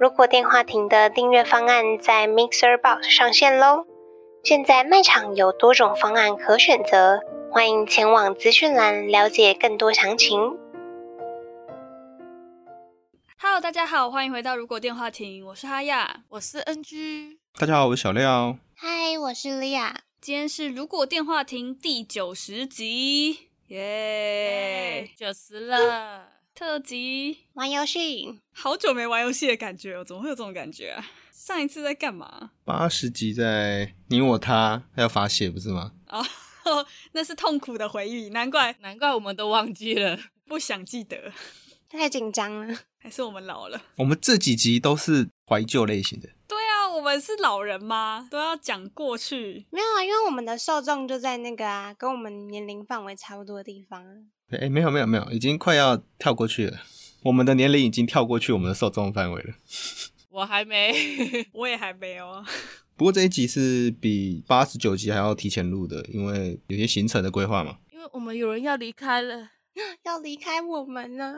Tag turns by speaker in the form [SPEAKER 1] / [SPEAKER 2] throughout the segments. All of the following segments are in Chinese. [SPEAKER 1] 如果电话亭的订阅方案在 Mixer Box 上线喽。现在卖场有多种方案可选择，欢迎前往资讯栏了解更多详情。
[SPEAKER 2] Hello，大家好，欢迎回到《如果电话亭》，我是哈亚。
[SPEAKER 3] 我是 NG，
[SPEAKER 4] 大家好，我是小廖。
[SPEAKER 1] 嗨，我是莉亚。
[SPEAKER 2] 今天是《如果电话亭》第九十集，耶、
[SPEAKER 3] 九十了，
[SPEAKER 2] 特辑。
[SPEAKER 1] 玩游戏，
[SPEAKER 2] 好久没玩游戏的感觉哦，怎么会有这种感觉啊？上一次在干嘛？
[SPEAKER 4] 八十集在你我他还要发泄不是吗？
[SPEAKER 2] 那是痛苦的回忆，难怪
[SPEAKER 3] 难怪我们都忘记了。
[SPEAKER 2] 不想记得，
[SPEAKER 1] 太紧张了。
[SPEAKER 2] 还是我们老了。
[SPEAKER 4] 我们这几集都是怀旧类型的，
[SPEAKER 2] 对啊，我们是老人吗？都要讲过去。
[SPEAKER 1] 没有啊，因为我们的受众就在那个啊，跟我们年龄范围差不多的地方啊。
[SPEAKER 4] 哎、没有没有没有，已经快要跳过去了。我们的年龄已经跳过去我们的受众范围了。
[SPEAKER 3] 我还没，
[SPEAKER 2] 我也还没有啊。
[SPEAKER 4] 不过这一集是比八十九集还要提前录的，因为有些行程的规划嘛。
[SPEAKER 3] 因为我们有人要离开了。
[SPEAKER 1] 要离开我们了，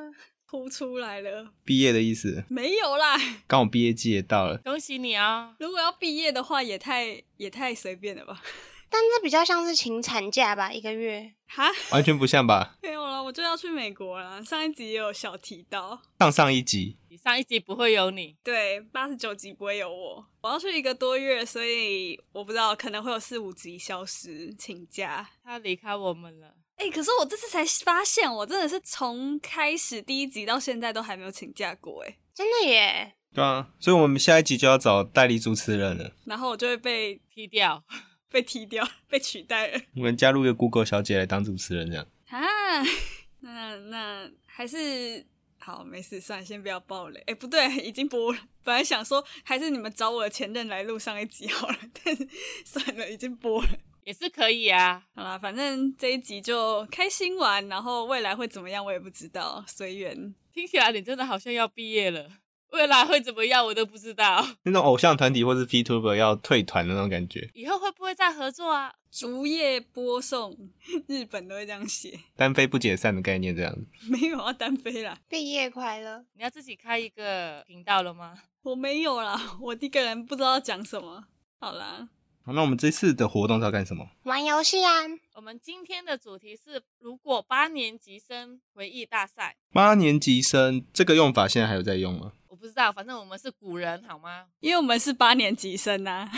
[SPEAKER 2] 哭出来了，
[SPEAKER 4] 毕业的意思，
[SPEAKER 2] 没有啦。
[SPEAKER 4] 刚好毕业季也到了。
[SPEAKER 3] 恭喜你啊！
[SPEAKER 2] 如果要毕业的话，也太也太随便了吧？
[SPEAKER 1] 但这比较像是请产假吧，一个月。
[SPEAKER 2] 哈，
[SPEAKER 4] 完全不像吧？
[SPEAKER 2] 没有了，我就要去美国啦。上一集也有小提到，
[SPEAKER 4] 上上一集
[SPEAKER 3] 你上一集不会有你，
[SPEAKER 2] 对，八十九集不会有我，我要去一个多月，所以我不知道可能会有四五集消失请假。
[SPEAKER 3] 他离开我们了。
[SPEAKER 2] 哎、可是我这次才发现，我真的是从开始第一集到现在都还没有请假过哎，
[SPEAKER 1] 真的耶，
[SPEAKER 4] 对啊，所以我们下一集就要找代理主持人了。
[SPEAKER 2] 然后我就会被
[SPEAKER 3] 踢掉，
[SPEAKER 2] 被踢掉， 被取代了
[SPEAKER 4] 我们加入一个 Google 小姐来当主持人，这样
[SPEAKER 2] 啊。那那还是好，没事，算了，先不要爆雷。哎、不对，已经播了。本来想说还是你们找我的前任来录上一集好了，但是算了，已经播了。
[SPEAKER 3] 也是可以啊。
[SPEAKER 2] 好啦，反正这一集就开心玩，然后未来会怎么样我也不知道，随缘。
[SPEAKER 3] 听起来你真的好像要毕业了，未来会怎么样我都不知道。
[SPEAKER 4] 那种偶像团体或是 VTuber 要退团的那种感觉，
[SPEAKER 3] 以后会不会再合作啊？
[SPEAKER 2] 竹叶播送，日本都会这样写，
[SPEAKER 4] 单飞不解散的概念这样子。
[SPEAKER 2] 没有要单飞啦，
[SPEAKER 1] 毕业快乐。
[SPEAKER 3] 你要自己开一个频道了吗？
[SPEAKER 2] 我没有啦，我一个人不知道讲什么。好啦，
[SPEAKER 4] 好，那我们这次的活动是要干什么？
[SPEAKER 1] 玩游戏啊，
[SPEAKER 3] 我们今天的主题是如果八年级生回忆大赛。
[SPEAKER 4] 八年级生这个用法现在还有在用吗？
[SPEAKER 3] 我不知道，反正我们是古人好吗？
[SPEAKER 2] 因为我们是八年级生啊呐、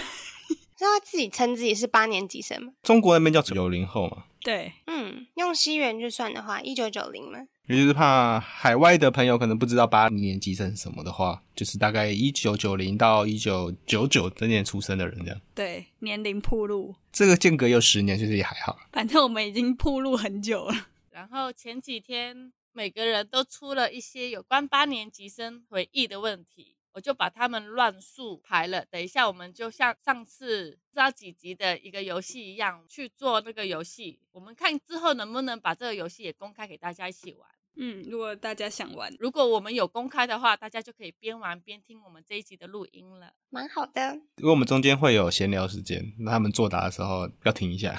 [SPEAKER 1] 是要自己称自己是八年级生吗？
[SPEAKER 4] 中国那边叫九零后嘛，
[SPEAKER 2] 对，
[SPEAKER 1] 嗯，用西元去算的话，一九九零嘛。
[SPEAKER 4] 也就是怕海外的朋友可能不知道八年级生是什么的话，就是大概一九九零到一九九九这年出生的人这样。
[SPEAKER 2] 对，年龄铺路，
[SPEAKER 4] 这个间隔有十年，其实也还好。
[SPEAKER 2] 反正我们已经铺路很久了。
[SPEAKER 3] 然后前几天每个人都出了一些有关八年级生回忆的问题，我就把他们乱数排了。等一下，我们就像上次不知道几集的一个游戏一样去做那个游戏，我们看之后能不能把这个游戏也公开给大家一起玩。
[SPEAKER 2] 嗯，如果大家想玩，
[SPEAKER 3] 如果我们有公开的话，大家就可以边玩边听我们这一集的录音了。
[SPEAKER 1] 蛮好的，
[SPEAKER 4] 因为我们中间会有闲聊时间，那他们作答的时候要停一下。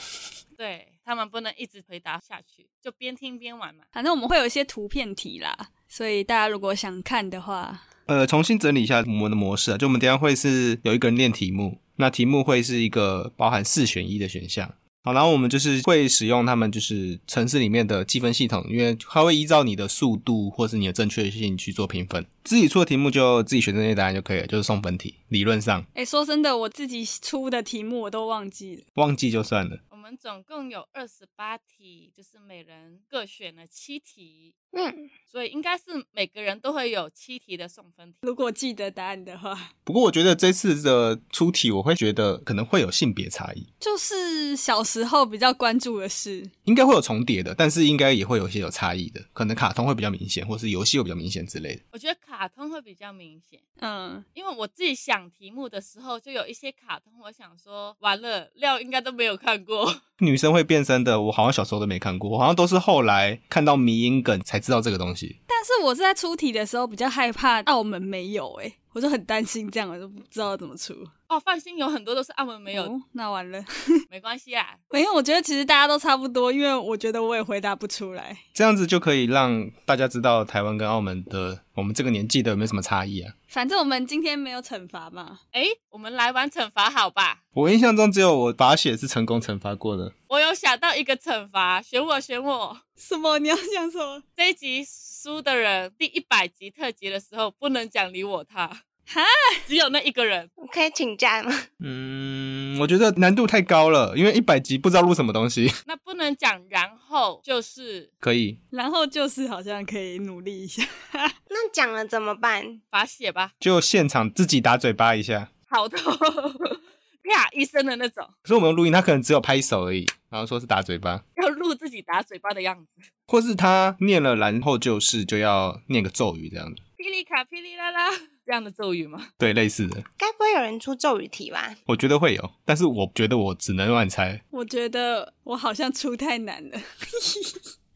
[SPEAKER 3] 对他们不能一直回答下去，就边听边玩嘛。
[SPEAKER 2] 反正我们会有一些图片题啦，所以大家如果想看的话，
[SPEAKER 4] 呃，重新整理一下我们的模式啊，就我们等一下会是有一个人念题目，那题目会是一个包含四选一的选项。好，然后我们就是会使用他们就是城市里面的计分系统，因为它会依照你的速度或是你的正确性去做评分。自己出的题目就自己选正确答案就可以了，就是送分题。理论上
[SPEAKER 2] 哎、说真的，我自己出的题目我都忘记了。
[SPEAKER 4] 忘记就算了，
[SPEAKER 3] 我们总共有二十八题，就是每人各选了七题，
[SPEAKER 1] 嗯，
[SPEAKER 3] 所以应该是每个人都会有七题的送分题。
[SPEAKER 2] 如果记得答案的话，
[SPEAKER 4] 不过我觉得这次的出题，我会觉得可能会有性别差异，
[SPEAKER 2] 就是小时候比较关注的事。
[SPEAKER 4] 应该会有重叠的，但是应该也会有一些有差异的，可能卡通会比较明显，或是游戏会比较明显之类的。
[SPEAKER 3] 我觉得卡通会比较明显，
[SPEAKER 2] 嗯，
[SPEAKER 3] 因为我自己想题目的时候，就有一些卡通，我想说，完了，料应该都没有看过。
[SPEAKER 4] 女生会变身的，我好像小时候都没看过，我好像都是后来看到迷因梗才知道这个东西。
[SPEAKER 2] 但是我是在出题的时候比较害怕澳门没有、欸，我就很担心这样，我就不知道怎么出。
[SPEAKER 3] 哦，放心，有很多都是澳门没有，
[SPEAKER 2] 哦那完了。
[SPEAKER 3] 没关系啊。
[SPEAKER 2] 没有，我觉得其实大家都差不多，因为我觉得我也回答不出来。
[SPEAKER 4] 这样子就可以让大家知道台湾跟澳门的我们这个年纪的有没有什么差异啊？
[SPEAKER 2] 反正我们今天没有惩罚嘛，
[SPEAKER 3] 哎，我们来玩惩罚好吧？
[SPEAKER 4] 我印象中只有我罚写是成功惩罚过的，
[SPEAKER 3] 我有想到一个惩罚，选我，选我。
[SPEAKER 2] 什么？你要讲什么？
[SPEAKER 3] 这一集输的人，第一百集特辑的时候不能讲你我他，
[SPEAKER 2] 哈，
[SPEAKER 3] 只有那一个人。
[SPEAKER 1] 我可以请假吗？
[SPEAKER 4] 嗯，我觉得难度太高了，因为一百集不知道录什么东西。
[SPEAKER 3] 那不能讲，然后就是
[SPEAKER 4] 可以，
[SPEAKER 2] 然后就是好像可以努力一下。
[SPEAKER 1] 那讲了怎么办？
[SPEAKER 3] 罚写吧，
[SPEAKER 4] 就现场自己打嘴巴一下。
[SPEAKER 3] 好痛，啪一声的那种，
[SPEAKER 4] 可是我们用录音，他可能只有拍手而已，然后说是打嘴巴，
[SPEAKER 3] 要录自己打嘴巴的样子。
[SPEAKER 4] 或是他念了然后就是就要念个咒语这样子，
[SPEAKER 3] 噼里卡噼里啦啦这样的咒语吗？
[SPEAKER 4] 对，类似的，
[SPEAKER 1] 该不会有人出咒语题吧？
[SPEAKER 4] 我觉得会有，但是我觉得我只能乱猜。
[SPEAKER 2] 我觉得我好像出太难了。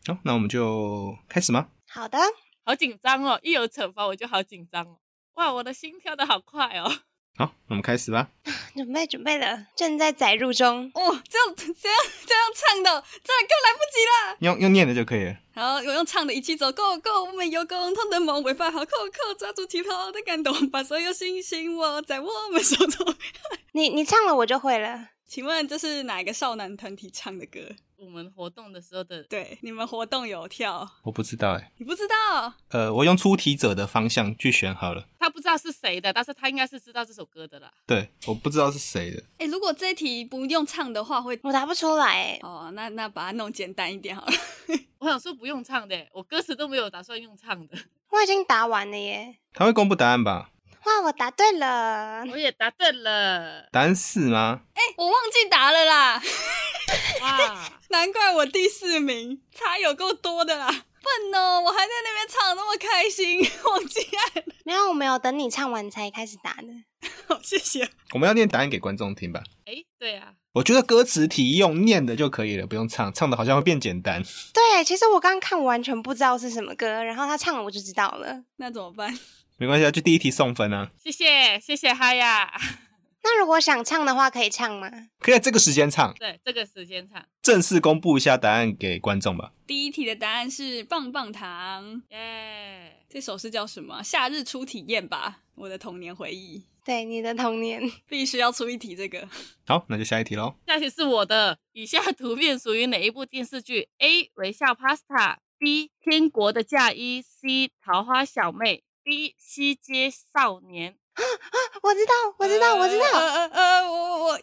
[SPEAKER 4] 哦，那我们就开始吗？
[SPEAKER 1] 好的，
[SPEAKER 3] 好紧张哦！一有惩罚我就好紧张哦。哇，我的心跳的好快哦！
[SPEAKER 4] 好，我们开始吧。
[SPEAKER 1] 准备准备了，正在载入中。
[SPEAKER 2] 哦，这样这样这样唱的，这样更来不及啦。
[SPEAKER 4] 用用念的就可以了。
[SPEAKER 2] 好，我用唱的一起走，Go Go，我们有共同的梦，尾巴好扣扣，抓住旗袍的感动，把所有星星握在我们手中。
[SPEAKER 1] 你你唱了我就会了。
[SPEAKER 2] 请问这是哪一个少男团体唱的歌？
[SPEAKER 3] 我们活动的时候的
[SPEAKER 2] 对，你们活动有跳，
[SPEAKER 4] 我不知道哎，
[SPEAKER 2] 你不知道？
[SPEAKER 4] 呃，我用出题者的方向去选好了。
[SPEAKER 3] 他不知道是谁的，但是他应该是知道这首歌的啦。
[SPEAKER 4] 对，我不知道是谁的。
[SPEAKER 2] 哎，如果这一题不用唱的话，会
[SPEAKER 1] 我答不出来欸，
[SPEAKER 2] 哦，那那把它弄简单一点好了。哎
[SPEAKER 3] 我想说不用唱的，我歌词都没有打算用唱的。
[SPEAKER 1] 我已经答完了耶！
[SPEAKER 4] 他会公布答案吧？
[SPEAKER 1] 哇，我答对了，
[SPEAKER 3] 我也答对了，
[SPEAKER 4] 答案是吗？
[SPEAKER 2] 哎，我忘记答了啦，
[SPEAKER 3] 哇！
[SPEAKER 2] 难怪我第四名，差有够多的啦。笨哦，我还在那边唱得那么开心， 忘记按了。
[SPEAKER 1] 没有没有，等你唱完才开始答的。
[SPEAKER 2] 好，谢谢。
[SPEAKER 4] 我们要念答案给观众听吧。
[SPEAKER 3] 哎，对啊，
[SPEAKER 4] 我觉得歌词题用念的就可以了，不用唱，唱的好像会变简单。
[SPEAKER 1] 对，其实我刚看我完全不知道是什么歌，然后他唱了我就知道了。
[SPEAKER 2] 那怎么办？
[SPEAKER 4] 没关系啊，就第一题送分啊。
[SPEAKER 3] 谢谢谢谢哈呀。
[SPEAKER 1] 那如果想唱的话，可以唱吗？
[SPEAKER 4] 可以在这个时间唱，
[SPEAKER 3] 对，这个时间唱，
[SPEAKER 4] 正式公布一下答案给观众吧。
[SPEAKER 2] 第一题的答案是棒棒糖，
[SPEAKER 3] 耶、
[SPEAKER 2] 这首是叫什么啊？夏日初体验吧，我的童年回忆，
[SPEAKER 1] 对，你的童年。
[SPEAKER 2] 必须要出一题这个。
[SPEAKER 4] 好，那就下一题喽。
[SPEAKER 3] 下题是我的。以下图片属于哪一部电视剧？A. 微笑 Pasta，B. 天国的嫁衣，C. 桃花小妹，D. 西街少年。
[SPEAKER 1] 我知道，我知道，我知道。
[SPEAKER 2] 呃呃呃，我我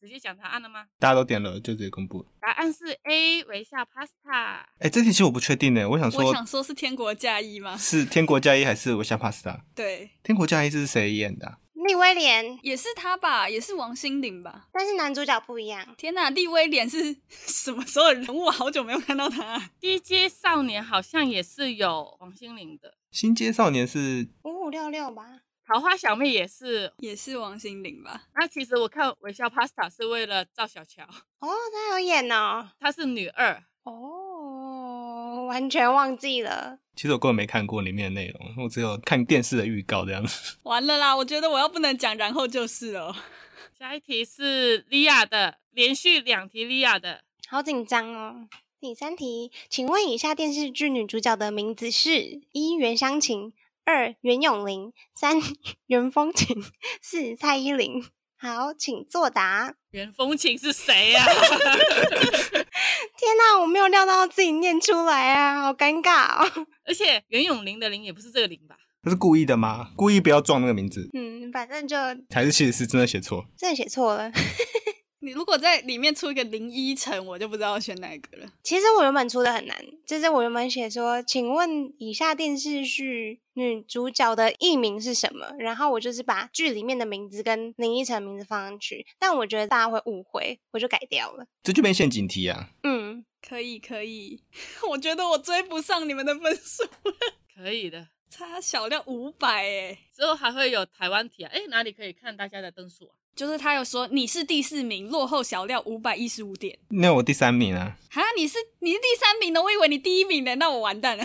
[SPEAKER 3] 直接讲答案了吗？
[SPEAKER 4] 大家都点了，就直接公布。
[SPEAKER 3] 答案是 A. 微笑 Pasta。
[SPEAKER 4] 哎，这题其实我不确定呢，我想
[SPEAKER 2] 我
[SPEAKER 4] 说
[SPEAKER 2] 想说是天国嫁衣吗？
[SPEAKER 4] 是天国嫁衣还是我想 pass 他？
[SPEAKER 2] 对，
[SPEAKER 4] 天国嫁衣是谁演的啊、
[SPEAKER 1] 利威廉，
[SPEAKER 2] 也是他吧，也是王心凌吧。
[SPEAKER 1] 但是男主角不一样。
[SPEAKER 2] 天呐，立威廉是 什么时候的人物啊？好久没有看到他、
[SPEAKER 3] 西街少年好像也是有王心凌的，
[SPEAKER 4] 新街少年是
[SPEAKER 1] 五五六六吧？
[SPEAKER 3] 桃花小妹也是。
[SPEAKER 2] 也是王心凌吧？
[SPEAKER 3] 那其实我看微笑 Pasta 是为了赵小乔，
[SPEAKER 1] 哦，他有演哦。
[SPEAKER 3] 她是女二。
[SPEAKER 1] 哦，完全忘记了。
[SPEAKER 4] 其实我根本没看过里面的内容，我只有看电视的预告这样子。
[SPEAKER 2] 完了啦，我觉得我要不能讲，然后就是了。
[SPEAKER 3] 下一题是莉亚的，连续两题莉亚的。
[SPEAKER 1] 好紧张哦。第三题，请问以下电视剧女主角的名字是：一袁湘琴，二袁咏琳，三 袁风琴，四蔡依林。好，请作答。
[SPEAKER 3] 袁风琴是谁呀、
[SPEAKER 1] 天哪、我没有料到自己念出来啊，好尴尬哦。
[SPEAKER 3] 而且袁咏琳的琳也不是这个琳吧？
[SPEAKER 4] 他是故意的吗？故意不要撞那个名字，
[SPEAKER 1] 嗯，反正就
[SPEAKER 4] 还是其实是真的写错？
[SPEAKER 1] 真的写错了。
[SPEAKER 2] 你如果在里面出一个零一层，我就不知道选哪个了。
[SPEAKER 1] 其实我原本出的很难，就是我原本写说，请问以下电视剧女主角的艺名是什么？然后我就是把剧里面的名字跟林依晨的名字放上去，但我觉得大家会误会，我就改掉了。
[SPEAKER 4] 这就变陷阱题啊！
[SPEAKER 1] 嗯，
[SPEAKER 2] 可以可以， 我觉得我追不上你们的分数，
[SPEAKER 3] 可以的。
[SPEAKER 2] 差小料五百哎。
[SPEAKER 3] 之后还会有台湾题啊，哎，哪里可以看大家的分数啊？
[SPEAKER 2] 就是他有说你是第四名，落后小料五百一十五点。
[SPEAKER 4] 那我第三名啊，
[SPEAKER 2] 哈，你是你是第三名的，我以为你第一名的，那我完蛋了。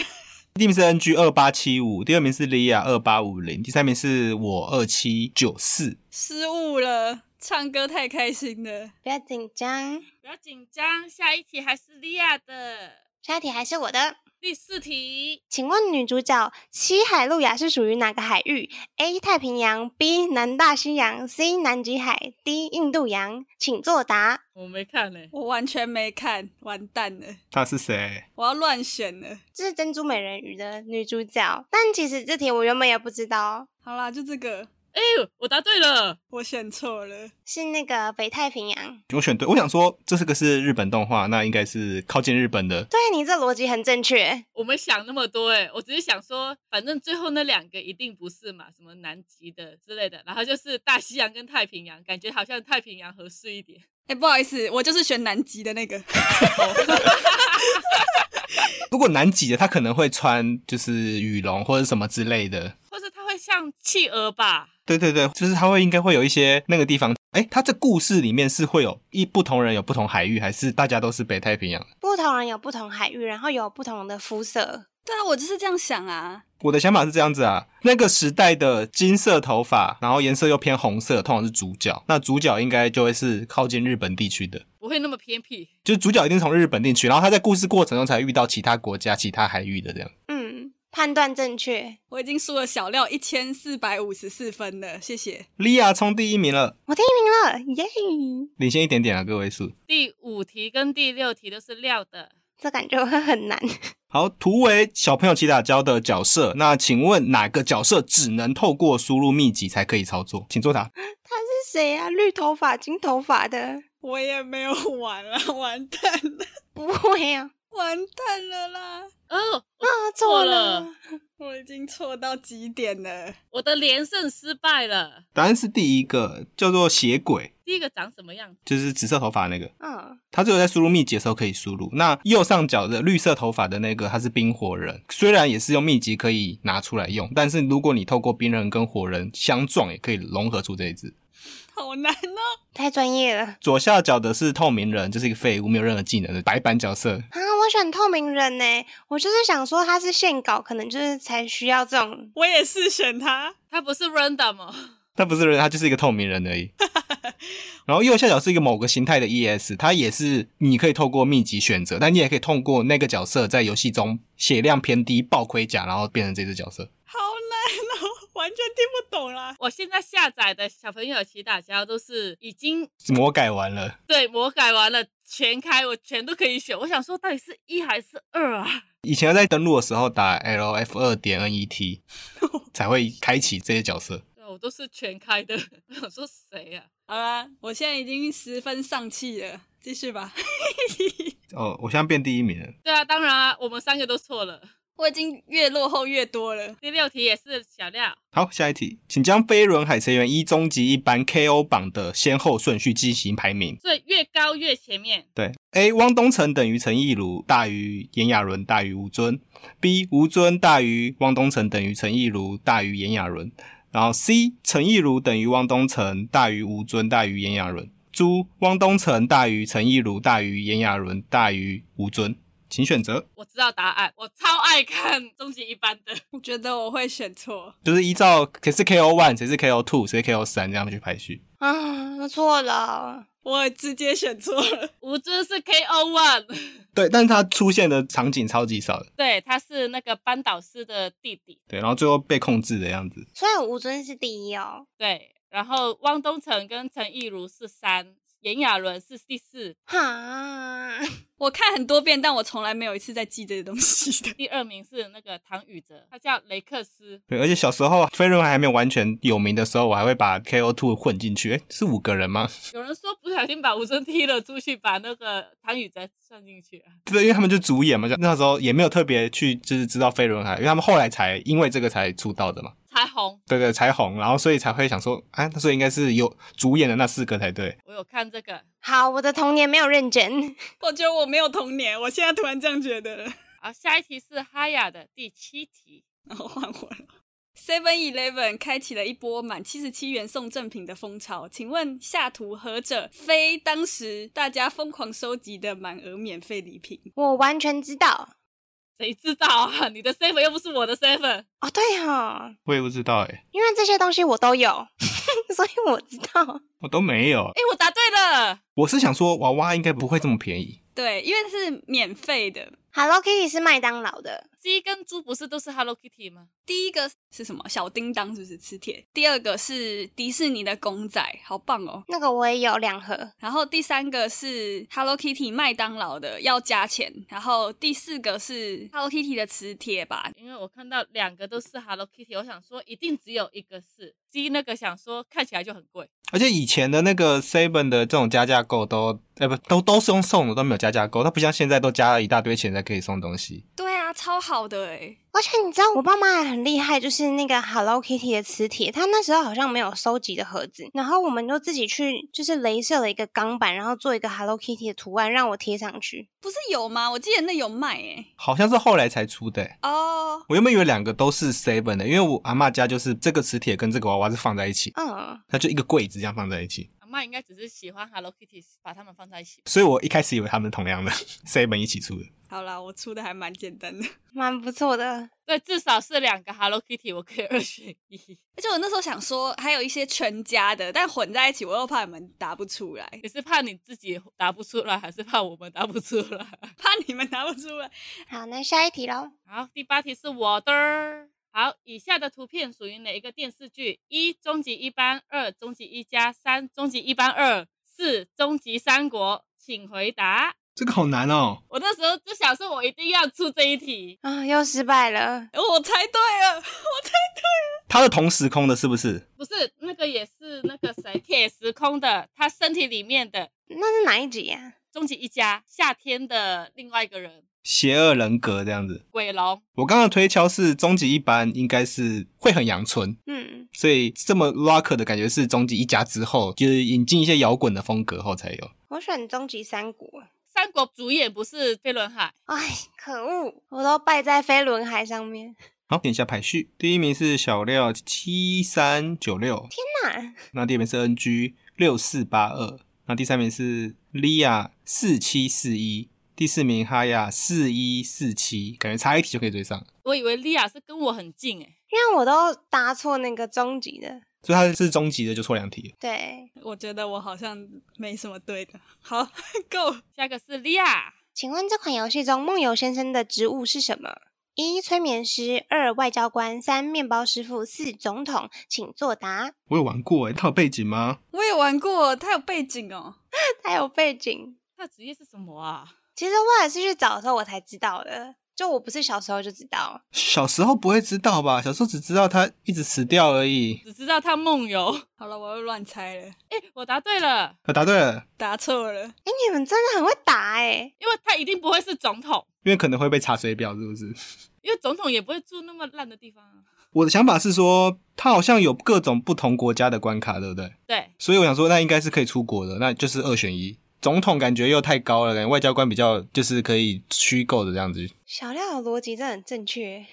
[SPEAKER 4] 第一名是 NG 二八七五，第二名是 Lia 二八五零，第三名是我二七九四。
[SPEAKER 2] 失误了，唱歌太开心了。
[SPEAKER 1] 不要紧张，
[SPEAKER 3] 不要紧张，下一题还是利亚的。
[SPEAKER 1] 下一题还是我的。
[SPEAKER 3] 第四题，
[SPEAKER 1] 请问女主角七海路亚是属于哪个海域？A. 太平洋，B. 南大西洋，C. 南极海，D. 印度洋。请作答。
[SPEAKER 3] 我没看呢、
[SPEAKER 2] 我完全没看，完蛋了，
[SPEAKER 4] 他是谁？
[SPEAKER 2] 我要乱选了。
[SPEAKER 1] 这是珍珠美人鱼的女主角，但其实这题我原本也不知道，哦
[SPEAKER 2] 好啦，就这个，
[SPEAKER 3] 哎呦，我答对了，
[SPEAKER 2] 我选错了。
[SPEAKER 1] 是那个北太平洋。
[SPEAKER 4] 我选对，我想说这是个是日本动画，那应该是靠近日本的。
[SPEAKER 1] 对你这逻辑很正确，
[SPEAKER 3] 我没想那么多哎、我只是想说，反正最后那两个一定不是嘛，什么南极的之类的，然后就是大西洋跟太平洋，感觉好像太平洋合适一点。
[SPEAKER 2] 哎、不好意思，我就是选南极的 那个。
[SPEAKER 4] 如果南极的，他可能会穿就是羽绒或者什么之类的。
[SPEAKER 3] 或是它会像企鹅吧？
[SPEAKER 4] 对对对，就是他会应该会有一些那个地方。哎，他这故事里面是会有一不同人有不同海域，还是大家都是北太平洋？
[SPEAKER 1] 不同人有不同海域，然后有不同的肤色。
[SPEAKER 2] 对啊，我就是这样想啊。
[SPEAKER 4] 我的想法是这样子啊，那个时代的金色头发，然后颜色又偏红色，通常是主角。那主角应该就会是靠近日本地区的，
[SPEAKER 3] 不会那么偏僻。
[SPEAKER 4] 就是主角一定从日本地区，然后他在故事过程中才遇到其他国家、其他海域的这样。
[SPEAKER 1] 嗯，判断正确，
[SPEAKER 2] 我已经输了小料一千四百五十四分了，谢谢。
[SPEAKER 4] 莉亚冲第一名了，
[SPEAKER 1] 我第一名了，耶！
[SPEAKER 4] 领先一点点啊，个位数。
[SPEAKER 3] 第五题跟第六题都是料的，
[SPEAKER 1] 这感觉会很难。
[SPEAKER 4] 好，图为小朋友起打教的角色，那请问哪个角色只能透过输入秘籍才可以操作？请作答。
[SPEAKER 1] 他是谁啊？绿头发、金头发的？
[SPEAKER 2] 我也没有玩了，完蛋了，
[SPEAKER 1] 不会啊！
[SPEAKER 2] 完蛋了啦！
[SPEAKER 3] 哦，
[SPEAKER 1] 啊，
[SPEAKER 3] 错
[SPEAKER 1] 错
[SPEAKER 3] 了
[SPEAKER 1] 了，
[SPEAKER 2] 我已经错到极点了。
[SPEAKER 3] 我的连胜失败了。
[SPEAKER 4] 答案是第一个，叫做血鬼，
[SPEAKER 3] 第一个长什么样子？
[SPEAKER 4] 就是紫色头发那个。
[SPEAKER 1] 嗯，
[SPEAKER 4] 他只有在输入秘籍的时候可以输入。那右上角的绿色头发的那个，他是冰火人，虽然也是用秘籍可以拿出来用，但是如果你透过冰人跟火人相撞，也可以融合出这一只。
[SPEAKER 2] 好难哦！
[SPEAKER 1] 太专业了
[SPEAKER 4] 左下角的是透明人，就是一个废物，没有任何技能的白板角色。
[SPEAKER 1] 啊！我选透明人呢，我就是想说他是线稿，可能就是才需要这种
[SPEAKER 2] 我也是选他，
[SPEAKER 3] 它不是 random，、哦、
[SPEAKER 4] 他不是人，他就是一个透明人而已。然后右下角是一个某个形态的 ES，它也是你可以透过秘籍选择，但你也可以通过那个角色在游戏中血量偏低爆盔甲，然后变成这只角色。
[SPEAKER 2] 好难哦，完全听不懂啦。
[SPEAKER 3] 我现在下载的小朋友起打胶都是已经
[SPEAKER 4] 魔改完了，
[SPEAKER 3] 对魔改完了，全开我全都可以选。我想说，到底是一还是二啊？
[SPEAKER 4] 以前在登录的时候打 LF 二点 NET 才会开启这些角色。
[SPEAKER 3] 对，啊我都是全开的。 我想说谁啊？
[SPEAKER 2] 好啦，我现在已经十分丧气了，继续吧。
[SPEAKER 4] 哦，我现在变第一名了。
[SPEAKER 3] 对啊，当然啊，我们三个都错了。
[SPEAKER 2] 我已经越落后越多了。
[SPEAKER 3] 第六题也是小料，
[SPEAKER 4] 好，下一题，请将飞轮海贼员一终极一班 KO 榜的先后顺序进行排名。
[SPEAKER 3] 所以越高越前面。
[SPEAKER 4] 对，A. 汪东城等于陈亦儒大于炎亚纶大于吴尊；B. 吴尊大于汪东城等于陈亦儒大于炎亚纶；然后 C. 陈亦儒等于汪东城大于吴尊大于炎亚纶；猪汪东城大于陈亦儒大于炎亚纶大于吴尊，请选择。
[SPEAKER 3] 我知道答案，我超爱看《终极一班》的。
[SPEAKER 2] 我觉得我会选错，
[SPEAKER 4] 就是依照谁是 KO one，谁是 KO two，谁是 KO 三这样去排序。
[SPEAKER 1] 啊，我错了。
[SPEAKER 2] 我直接选错了。
[SPEAKER 3] 吴尊是 KO One，
[SPEAKER 4] 对，但是它出现的场景超级少的，
[SPEAKER 3] 对，他是那个班导师的弟弟。
[SPEAKER 4] 对，然后最后被控制的样子。
[SPEAKER 1] 虽然吴尊是第一哦，
[SPEAKER 3] 对，然后汪东城跟陈亦儒是三，炎亚纶是第四，
[SPEAKER 1] 哈，
[SPEAKER 2] 我看很多遍，但我从来没有一次在记这些东西的。
[SPEAKER 3] 第二名是那个唐禹哲，他叫雷克斯，
[SPEAKER 4] 对，而且小时候飞轮还没有完全有名的时候，我还会把 KO Two 混进去。哎，是五个人吗？
[SPEAKER 3] 有人说不小心把吴尊踢了出去，把那个唐禹哲算进去了。
[SPEAKER 4] 对，因为他们就主演嘛，就那时候也没有特别去就是知道飞轮海，因为他们后来才因为这个才出道的嘛。
[SPEAKER 3] 才红，
[SPEAKER 4] 对对，才红，然后所以才会想说，啊，那所以应该是有主演的那四个才对。
[SPEAKER 3] 我有看这个
[SPEAKER 1] 好，我的童年没有认真，
[SPEAKER 2] 我觉得我没有童年，我现在突然这样觉得了。
[SPEAKER 3] 啊。下一题是哈雅的第七题，
[SPEAKER 2] 然后换我了。Seven Eleven 开启了一波满七十七元送赠品的风潮，请问下图何者非当时大家疯狂收集的满额免费礼品？
[SPEAKER 1] 我完全知道。
[SPEAKER 3] 谁知道啊？ 你的 seven 又不是我的 seven，
[SPEAKER 1] 哦，对哦，
[SPEAKER 4] 我也不知道哎、
[SPEAKER 1] 因为这些东西我都有， 所以我知道。
[SPEAKER 4] 我哦都没有。
[SPEAKER 3] 哎，我答对了，
[SPEAKER 4] 我是想说，娃娃应该不会这么便宜。
[SPEAKER 2] 对，因为是免费的。
[SPEAKER 1] Hello Kitty 是麦当劳的，
[SPEAKER 3] 鸡跟猪不是都是 Hello Kitty 吗？
[SPEAKER 2] 第一个是什么？小叮当是不是磁铁？第二个是迪士尼的公仔，好棒哦！
[SPEAKER 1] 那个我也有两盒。
[SPEAKER 2] 然后第三个是 Hello Kitty 麦当劳的，要加钱。然后第四个是 Hello Kitty 的磁铁吧，
[SPEAKER 3] 因为我看到两个都是 Hello Kitty，我想说一定只有一个是鸡，那个想说看起来就很贵，
[SPEAKER 4] 而且以前的那个 Seven 的这种加价购都，哎、不，都都是用送的，都没有加价购。它不像现在都加了一大堆钱才可以送东西。
[SPEAKER 2] 对啊，超好的诶。
[SPEAKER 1] 而且你知道我爸妈还很厉害，就是那个 Hello Kitty 的磁铁，他那时候好像没有收集的盒子，然后我们就自己去就是镭射了一个钢板，然后做一个 Hello Kitty 的图案让我贴上去。
[SPEAKER 2] 不是有吗？我记得那有卖诶。
[SPEAKER 4] 好像是后来才出的、欸。
[SPEAKER 2] 哦，
[SPEAKER 4] 我原本以为两个都是 Seven 的，因为我阿嬷家就是这个磁铁跟这个娃娃是放在一起，
[SPEAKER 1] 嗯，
[SPEAKER 4] 它就一个柜子这样放在一起，
[SPEAKER 3] 阿妈应该只是喜欢 Hello Kitty，把它们放在一起吧。
[SPEAKER 4] 所以我一开始以为他们同样的 Seven 一起出的。
[SPEAKER 2] 好啦，我出的还蛮简单的。
[SPEAKER 1] 蛮不错的。
[SPEAKER 3] 对，至少是两个 Hello Kitty，我可以二选一。
[SPEAKER 2] 而且我那时候想说，还有一些全家的，但混在一起，我又怕你们答不出来，
[SPEAKER 3] 你是怕你自己答不出来，还是怕我们答不出来？
[SPEAKER 2] 怕你们答不出来。
[SPEAKER 1] 好，那下一题喽。
[SPEAKER 3] 好，第八题是我的。好，以下的图片属于哪一个电视剧？一、终极一班；二、终极一家；三、终极一班二；四、终极三国。请回答。
[SPEAKER 4] 这个好难哦！
[SPEAKER 3] 我那时候就想说，我一定要出这一题。
[SPEAKER 1] 啊，又失败了。
[SPEAKER 2] 我猜对了，我猜
[SPEAKER 4] 它是同时空的，是不是？
[SPEAKER 3] 不是那个，也是那个谁，铁时空的，他身体里面的
[SPEAKER 1] 那是哪一集啊呀、
[SPEAKER 3] 终极一家，夏天的另外一个人，
[SPEAKER 4] 邪恶人格这样子。
[SPEAKER 3] 鬼龙。
[SPEAKER 4] 我刚刚的推敲是终极一班应该是会很阳春，
[SPEAKER 1] 嗯，
[SPEAKER 4] 所以这么 rock 的感觉是终极一家之后，就是引进一些摇滚的风格后才有。
[SPEAKER 1] 我选终极三国。
[SPEAKER 3] 三国主演不是飞轮海，
[SPEAKER 1] 哎，可恶，我都败在飞轮海上面。
[SPEAKER 4] 好，点一下排序，第一名是小廖七三九六，
[SPEAKER 1] 那
[SPEAKER 4] 那第二名是 NG 六四八二，那第三名是 Lia 四七四一，第四名哈雅四一四七，感觉差一题就可以追上，
[SPEAKER 3] 我以为莉亚是跟我很近欸诶、
[SPEAKER 1] 因为我都答错那个终极的，
[SPEAKER 4] 所以它是终极的就错两题。
[SPEAKER 1] 对，
[SPEAKER 2] 对，我觉得我好像没什么对的。好，Go，
[SPEAKER 3] 下一个是莉亚，
[SPEAKER 1] 请问这款游戏中梦游先生的职务是什么？一催眠师，二外交官，三面包师傅，四总统，请作答。
[SPEAKER 4] 我有玩过欸诶，它有背景吗？
[SPEAKER 2] 我也玩过，它有背景哦。
[SPEAKER 1] 它有背景，
[SPEAKER 3] 他职业是什么啊？
[SPEAKER 1] 其实我也是去找的时候我才知道的，就我不是小时候就知道。
[SPEAKER 4] 小时候不会知道吧？小时候只知道他一直死掉而已。
[SPEAKER 3] 只知道他梦游。
[SPEAKER 2] 好了，我又乱猜了，
[SPEAKER 3] 诶、我答对了，
[SPEAKER 4] 我呃答对了，
[SPEAKER 2] 答错了。
[SPEAKER 1] 哎，你们真的很会答哎、
[SPEAKER 3] 因为他一定不会是总统，
[SPEAKER 4] 因为可能会被查水表，是不是？
[SPEAKER 3] 因为总统也不会住那么烂的地方啊。
[SPEAKER 4] 我的想法是说，它好像有各种不同国家的关卡，对不对？
[SPEAKER 3] 对，
[SPEAKER 4] 所以我想说，那应该是可以出国的，那就是二选一。总统感觉又太高了，感觉外交官比较就是可以虚构的这样子。
[SPEAKER 1] 小廖的逻辑真的很正确，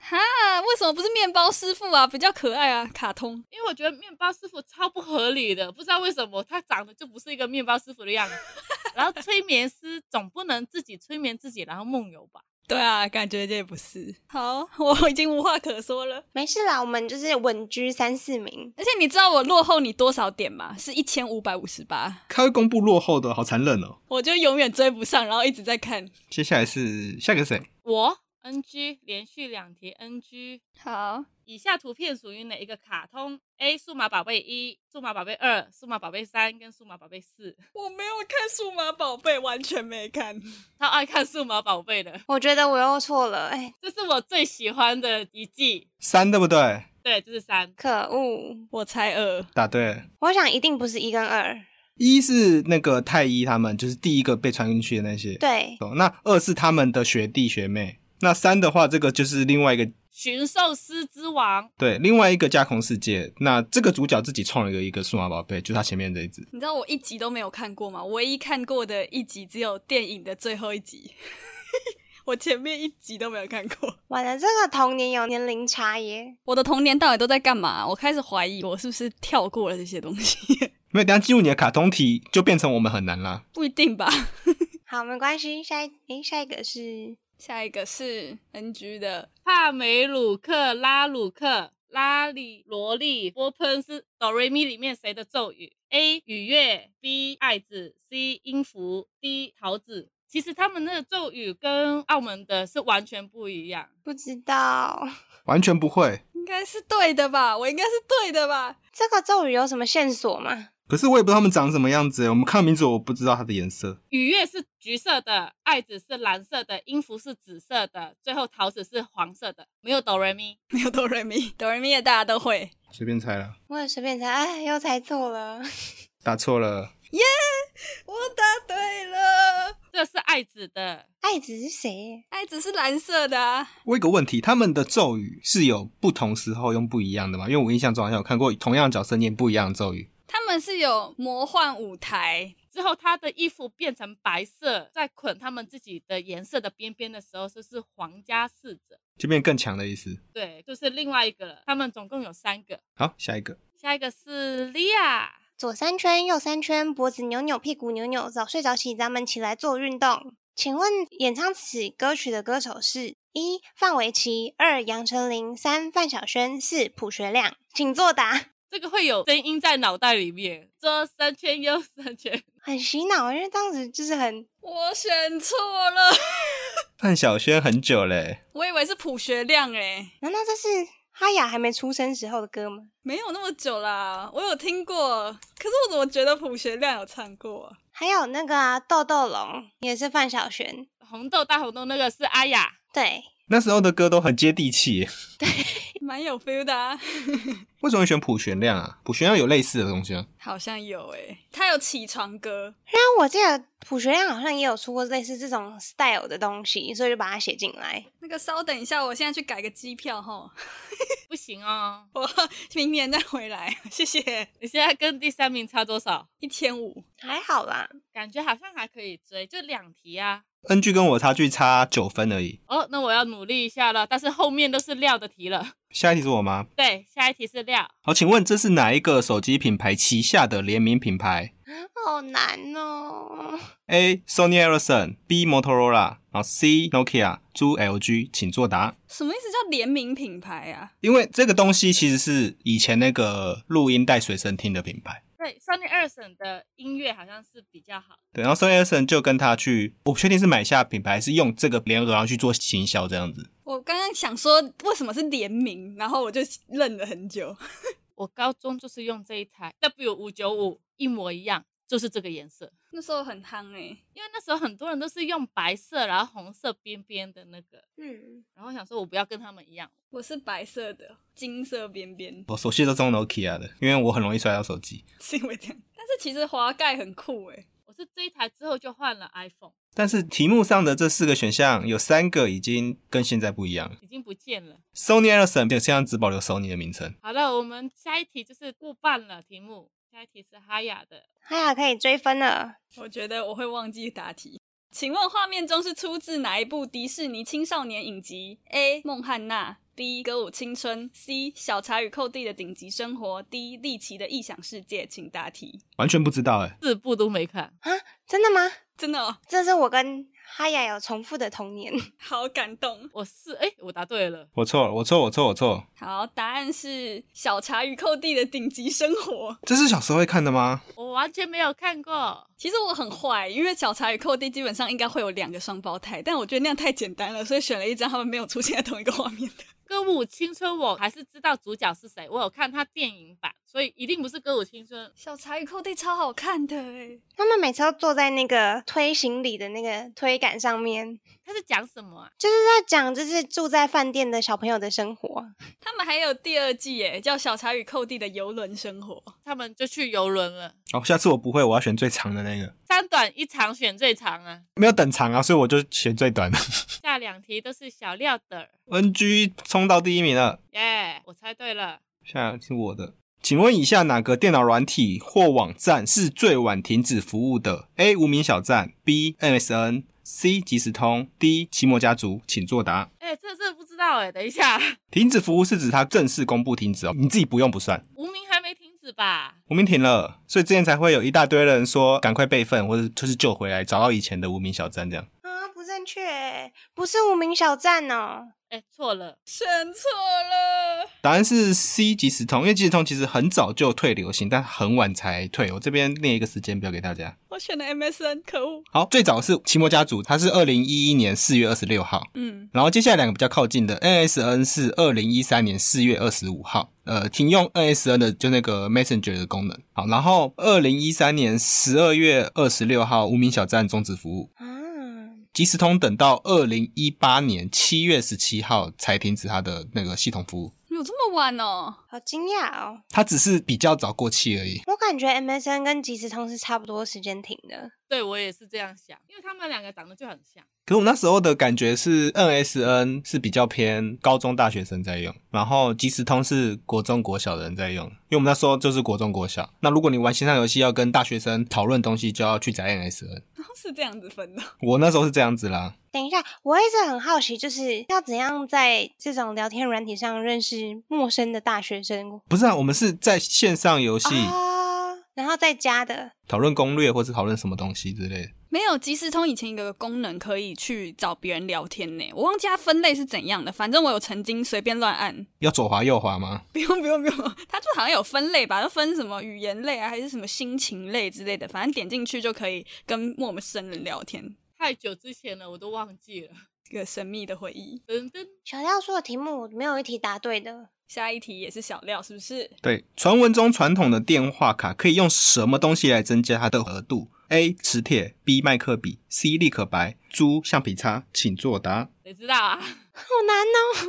[SPEAKER 2] 哈，为什么不是面包师傅啊？比较可爱啊，卡通。
[SPEAKER 3] 因为我觉得面包师傅超不合理的，不知道为什么他长得就不是一个面包师傅的样子。然后催眠师总不能自己催眠自己，然后梦游吧？
[SPEAKER 2] 对啊，感觉这也不是。好， 我已经无话可说了。
[SPEAKER 1] 没事啦，我们就是稳居三四名。
[SPEAKER 2] 而且你知道我落后你多少点吗？是一千五百五十八，
[SPEAKER 4] 他会公布落后的，好残忍哦。
[SPEAKER 2] 我就永远追不上，然后一直在看。
[SPEAKER 4] 接下来是下一个谁？
[SPEAKER 3] 我 NG 连续两题 NG，
[SPEAKER 2] 好，
[SPEAKER 3] 以下图片属于哪一个卡通？A. 数码宝贝一、数码宝贝二、数码宝贝三跟数码宝贝四。
[SPEAKER 2] 我没有看数码宝贝，完全没看。
[SPEAKER 3] 超爱看数码宝贝的，
[SPEAKER 1] 我觉得我又错了，哎，
[SPEAKER 3] 这是我最喜欢的一季。
[SPEAKER 4] 三对不对？
[SPEAKER 3] 对，这是三。
[SPEAKER 1] 可恶！
[SPEAKER 2] 我猜二，
[SPEAKER 4] 答对了。
[SPEAKER 1] 我想一定不是一跟二，
[SPEAKER 4] 一是那个太一他们，就是第一个被传进去的那些。
[SPEAKER 1] 对，
[SPEAKER 4] 哦，那二是他们的学弟学妹。那三的话，这个就是另外一个
[SPEAKER 3] 驯兽师之王，
[SPEAKER 4] 对，另外一个架空世界。那这个主角自己创了一个一个数码宝贝，就是他前面这一只。
[SPEAKER 2] 你知道我一集都没有看过吗？我唯一看过的一集只有电影的最后一集， 我前面一集都没有看过。
[SPEAKER 1] 完了，这个童年有年龄差耶。
[SPEAKER 2] 我的童年到底都在干嘛？我开始怀疑我是不是跳过了这些东西，
[SPEAKER 4] 没有，等一下进入你的卡通题，就变成我们很难啦。
[SPEAKER 2] 不一定吧。
[SPEAKER 1] 好，没关系，下一诶，下一个是
[SPEAKER 2] 下一个是 NG 的，
[SPEAKER 3] 帕梅鲁克拉鲁克拉里罗利波喷是哆瑞咪里面谁的咒语？A. 雨月 B. 爱子 C. 音符 D. 桃子。其实他们那个咒语跟澳门的是完全不一样。
[SPEAKER 1] 不知道
[SPEAKER 4] 完全不会。
[SPEAKER 2] 应该是对的吧？我应该是对的吧？
[SPEAKER 1] 这个咒语有什么线索吗？
[SPEAKER 4] 可是我也不知道他们长什么样子。我们看名字，我不知道它的颜色。
[SPEAKER 3] 雨月是橘色的，爱子是蓝色的，音符是紫色的，最后桃子是黄色的。没有哆瑞咪，
[SPEAKER 2] 没有哆瑞咪，哆瑞咪的大家都会。
[SPEAKER 4] 随便猜了，
[SPEAKER 1] 我也随便猜，哎，又猜错了。
[SPEAKER 4] 答错了。
[SPEAKER 2] 我答对了，
[SPEAKER 3] 这是爱子的。
[SPEAKER 1] 爱子是谁？
[SPEAKER 2] 爱哎子是蓝色的、啊。
[SPEAKER 4] 我有个问题，他们的咒语是有不同时候用不一样的吗？因为我印象中好像有看过同样的角色念不一样的咒语。
[SPEAKER 2] 他们是有魔幻舞台，
[SPEAKER 3] 之后他的衣服变成白色，在捆他们自己的颜色的边边的时候，就是皇家侍者。
[SPEAKER 4] 就变更强的意思。
[SPEAKER 3] 对，就是另外一个了。他们总共有三个，
[SPEAKER 4] 好，下一个。
[SPEAKER 3] 下一个是莉亚。
[SPEAKER 1] 左三圈，右三圈，脖子扭扭，屁股扭扭，早睡早起，咱们起来做运动。请问演唱此歌曲的歌手是：一范玮琪，二杨丞琳，三范晓萱，四朴学亮。请作答。
[SPEAKER 3] 这个会有声音在脑袋里面，左三圈右三圈，
[SPEAKER 1] 很洗脑，因为当时就是很
[SPEAKER 2] 我选错了，
[SPEAKER 4] 范晓萱很久嘞，
[SPEAKER 2] 我以为是朴学亮诶，
[SPEAKER 1] 难道这是哈雅还没出生时候的歌吗？
[SPEAKER 2] 没有那么久啦，我有听过，可是我怎么觉得朴学亮有唱过、啊？
[SPEAKER 1] 还有那个啊，豆豆龙也是范晓萱，
[SPEAKER 3] 红豆大红豆那个是阿雅，
[SPEAKER 1] 对，
[SPEAKER 4] 那时候的歌都很接地气耶。
[SPEAKER 2] 蛮有 feel 的、 啊，
[SPEAKER 4] 为什么会选朴玄亮啊？朴玄亮有类似的东西啊？
[SPEAKER 2] 好像有诶、他有起床歌，
[SPEAKER 1] 但我记得朴学亮好像也有出过类似这种 style 的东西，所以就把它写进来。
[SPEAKER 2] 那个稍等一下，我现在去改个机票哈，
[SPEAKER 3] 不行哦。
[SPEAKER 2] 我 明年再回来， 谢谢，
[SPEAKER 3] 你现在跟第三名差多少？
[SPEAKER 2] 一千五，
[SPEAKER 1] 还好啦，
[SPEAKER 3] 感觉好像还可以追，就两题啊。
[SPEAKER 4] NG 跟我差距差九分而已。
[SPEAKER 3] 哦，那我要努力一下了，但是后面都是料的题了。
[SPEAKER 4] 下一题是我吗？
[SPEAKER 3] 对，下一题是料，
[SPEAKER 4] 好，请问这是哪一个手机品牌旗下的联名品牌
[SPEAKER 1] 好难哦。
[SPEAKER 4] ？A. Sony Ericsson，B. Motorola，然后 C. Nokia，猪 LG，请作答。
[SPEAKER 2] 什么意思叫联名品牌啊？
[SPEAKER 4] 因为这个东西其实是以前那个录音带随身听的品牌，
[SPEAKER 3] 对，Sony 二审的音乐好像是比较好。
[SPEAKER 4] 对，然后 Sony Ericsson 就跟他去，我不确定是买下品牌，是用这个联合然后去做行销这样子。
[SPEAKER 2] 我刚刚想说为什么是联名，然后我就愣了很久。
[SPEAKER 3] 我高中就是用这一台 W 五九五，一模一样，就是这个颜色。
[SPEAKER 2] 那时候很夯欸诶、
[SPEAKER 3] 因为那时候很多人都是用白色，然后红色边边的那个，
[SPEAKER 1] 嗯，
[SPEAKER 3] 然后想说我不要跟他们一样，
[SPEAKER 2] 我是白色的，金色边边，
[SPEAKER 4] 我手机都是用 Nokia 的，因为我很容易摔到手机。
[SPEAKER 2] 是因为这样。但是其实滑盖很酷欸诶、
[SPEAKER 3] 我是这一台之后就换了 iPhone，
[SPEAKER 4] 但是题目上的这四个选项有三个已经跟现在不一样了。
[SPEAKER 3] 已经不见了。
[SPEAKER 4] Sony Ericsson 就现在只保留 Sony 的名称。
[SPEAKER 3] 好了，我们下一题就是过半了题目，下一题是哈雅的，
[SPEAKER 1] 哈雅可以追分了。
[SPEAKER 2] 我觉得我会忘记答题。请问画面中是出自哪一部迪士尼青少年影集？A. 梦汉娜 B. 歌舞青春 C. 小茶与寇弟的顶级生活 D. 利奇的异想世界，请答题。
[SPEAKER 4] 完全不知道哎，
[SPEAKER 3] 四部都没看，
[SPEAKER 1] 真的吗？
[SPEAKER 2] 真的、哦、
[SPEAKER 1] 这是我跟哈雅有重复的童年。
[SPEAKER 2] 好感动。
[SPEAKER 3] 我是哎，我答对了，
[SPEAKER 4] 我错了，我错，我错，我错。
[SPEAKER 2] 好，答案是小茶与寇弟的顶级生活。
[SPEAKER 4] 这是小时候会看的吗？
[SPEAKER 3] 我完全没有看过。
[SPEAKER 2] 其实我很坏，因为小茶与寇弟基本上应该会有两个双胞胎，但我觉得那样太简单了，所以选了一张他们没有出现在同一个画面的。
[SPEAKER 3] 歌舞青春我还是知道主角是谁，我有看他电影版，所以一定不是歌舞青 春。
[SPEAKER 2] 小茶与寇弟超好看的哎，
[SPEAKER 1] 他们每次都坐在那个推行李的那个推杆上面，
[SPEAKER 3] 他是讲什么啊？
[SPEAKER 1] 就是在讲就是住在饭店的小朋友的生活。
[SPEAKER 2] 他们还有第二季耶，叫《小茶与寇弟的游轮生活》。
[SPEAKER 3] 他们就去游轮了，
[SPEAKER 4] 好、哦下次我不会，我要选最长的那个，
[SPEAKER 3] 三短一长选最长啊。
[SPEAKER 4] 没有等长啊，所以我就选最短的。
[SPEAKER 3] 下两题都是小料的儿，
[SPEAKER 4] NG 冲到第一名了，
[SPEAKER 3] 耶、我猜对了。
[SPEAKER 4] 下来是我的。请问以下哪个电脑软体或网站是最晚停止服务的？A. 无名小站，B. MSN。C 即时通，D 奇摩家族，请作答。
[SPEAKER 3] 哎、这这不知道哎、等一下，
[SPEAKER 4] 停止服务是指它正式公布停止哦，你自己不用不算。
[SPEAKER 3] 无名还没停止吧？
[SPEAKER 4] 无名停了，所以之前才会有一大堆人说赶快备份，或者就是救回来，找到以前的无名小站这样。
[SPEAKER 1] 啊，不正确，不是无名小站哦。
[SPEAKER 3] 哎、错了，
[SPEAKER 2] 选错了，
[SPEAKER 4] 答案是 C 即时通，因为即时通其实很早就退流行，但很晚才退。我这边列一个时间表给大家。
[SPEAKER 2] 我选了 MSN，可恶。
[SPEAKER 4] 好，最早是奇摩家族，它是二零一一年四月二十六号，
[SPEAKER 2] 嗯，
[SPEAKER 4] 然后接下来两个比较靠近的 NSN 是二零一三年四月二十五号，呃，停用 NSN 的就那个 Messenger 的功能。好，然后二零一三年十二月二十六号，无名小站终止服务。
[SPEAKER 1] 啊，
[SPEAKER 4] 即时通等到二零一八年七月十七号才停止它的那个系统服务，
[SPEAKER 2] 有这么晚哦？
[SPEAKER 1] 好惊讶哦！
[SPEAKER 4] 它只是比较早过期而已。
[SPEAKER 1] 我感觉 MSN 跟即时通是差不多时间停的。
[SPEAKER 3] 对我也是这样想，因为他们两个长得就很像。
[SPEAKER 4] 可我那时候的感觉是，NSN 是比较偏高中大学生在用，然后即时通是国中国小的人在用，因为我们那时候就是国中国小。那如果你玩线上游戏要跟大学生讨论东西，就要去载 NSN。
[SPEAKER 2] 是这样子分的，
[SPEAKER 4] 我那时候是这样子啦，
[SPEAKER 1] 等一下，我一直很好奇，就是要怎样在这种聊天软体上认识陌生的大学生
[SPEAKER 4] 不是啊，我们是在线上游戏
[SPEAKER 1] 啊？然后再加的
[SPEAKER 4] 讨论攻略，或是讨论什么东西之类的。
[SPEAKER 2] 没有即时通以前一个功能可以去找别人聊天呢，我忘记它分类是怎样的，反正我有曾经随便乱按，
[SPEAKER 4] 要左滑右滑吗？
[SPEAKER 2] 不用不用不用，它就好像有分类吧，就分什么语言类啊，还是什么心情类之类的，反正点进去就可以跟陌生人聊天，
[SPEAKER 3] 太久之前了，我都忘记了。
[SPEAKER 2] 这个神秘的回忆。
[SPEAKER 3] 噔噔，
[SPEAKER 1] 小廖说的题目，我没有一题答对的。
[SPEAKER 2] 下一题也是小料，是不是？
[SPEAKER 4] 对，传闻中传统的电话卡可以用什么东西来增加它的额度？A. 磁铁，B. 麦克笔，C. 立可白，猪橡皮擦，请作答。
[SPEAKER 3] 谁知道啊？
[SPEAKER 1] 好难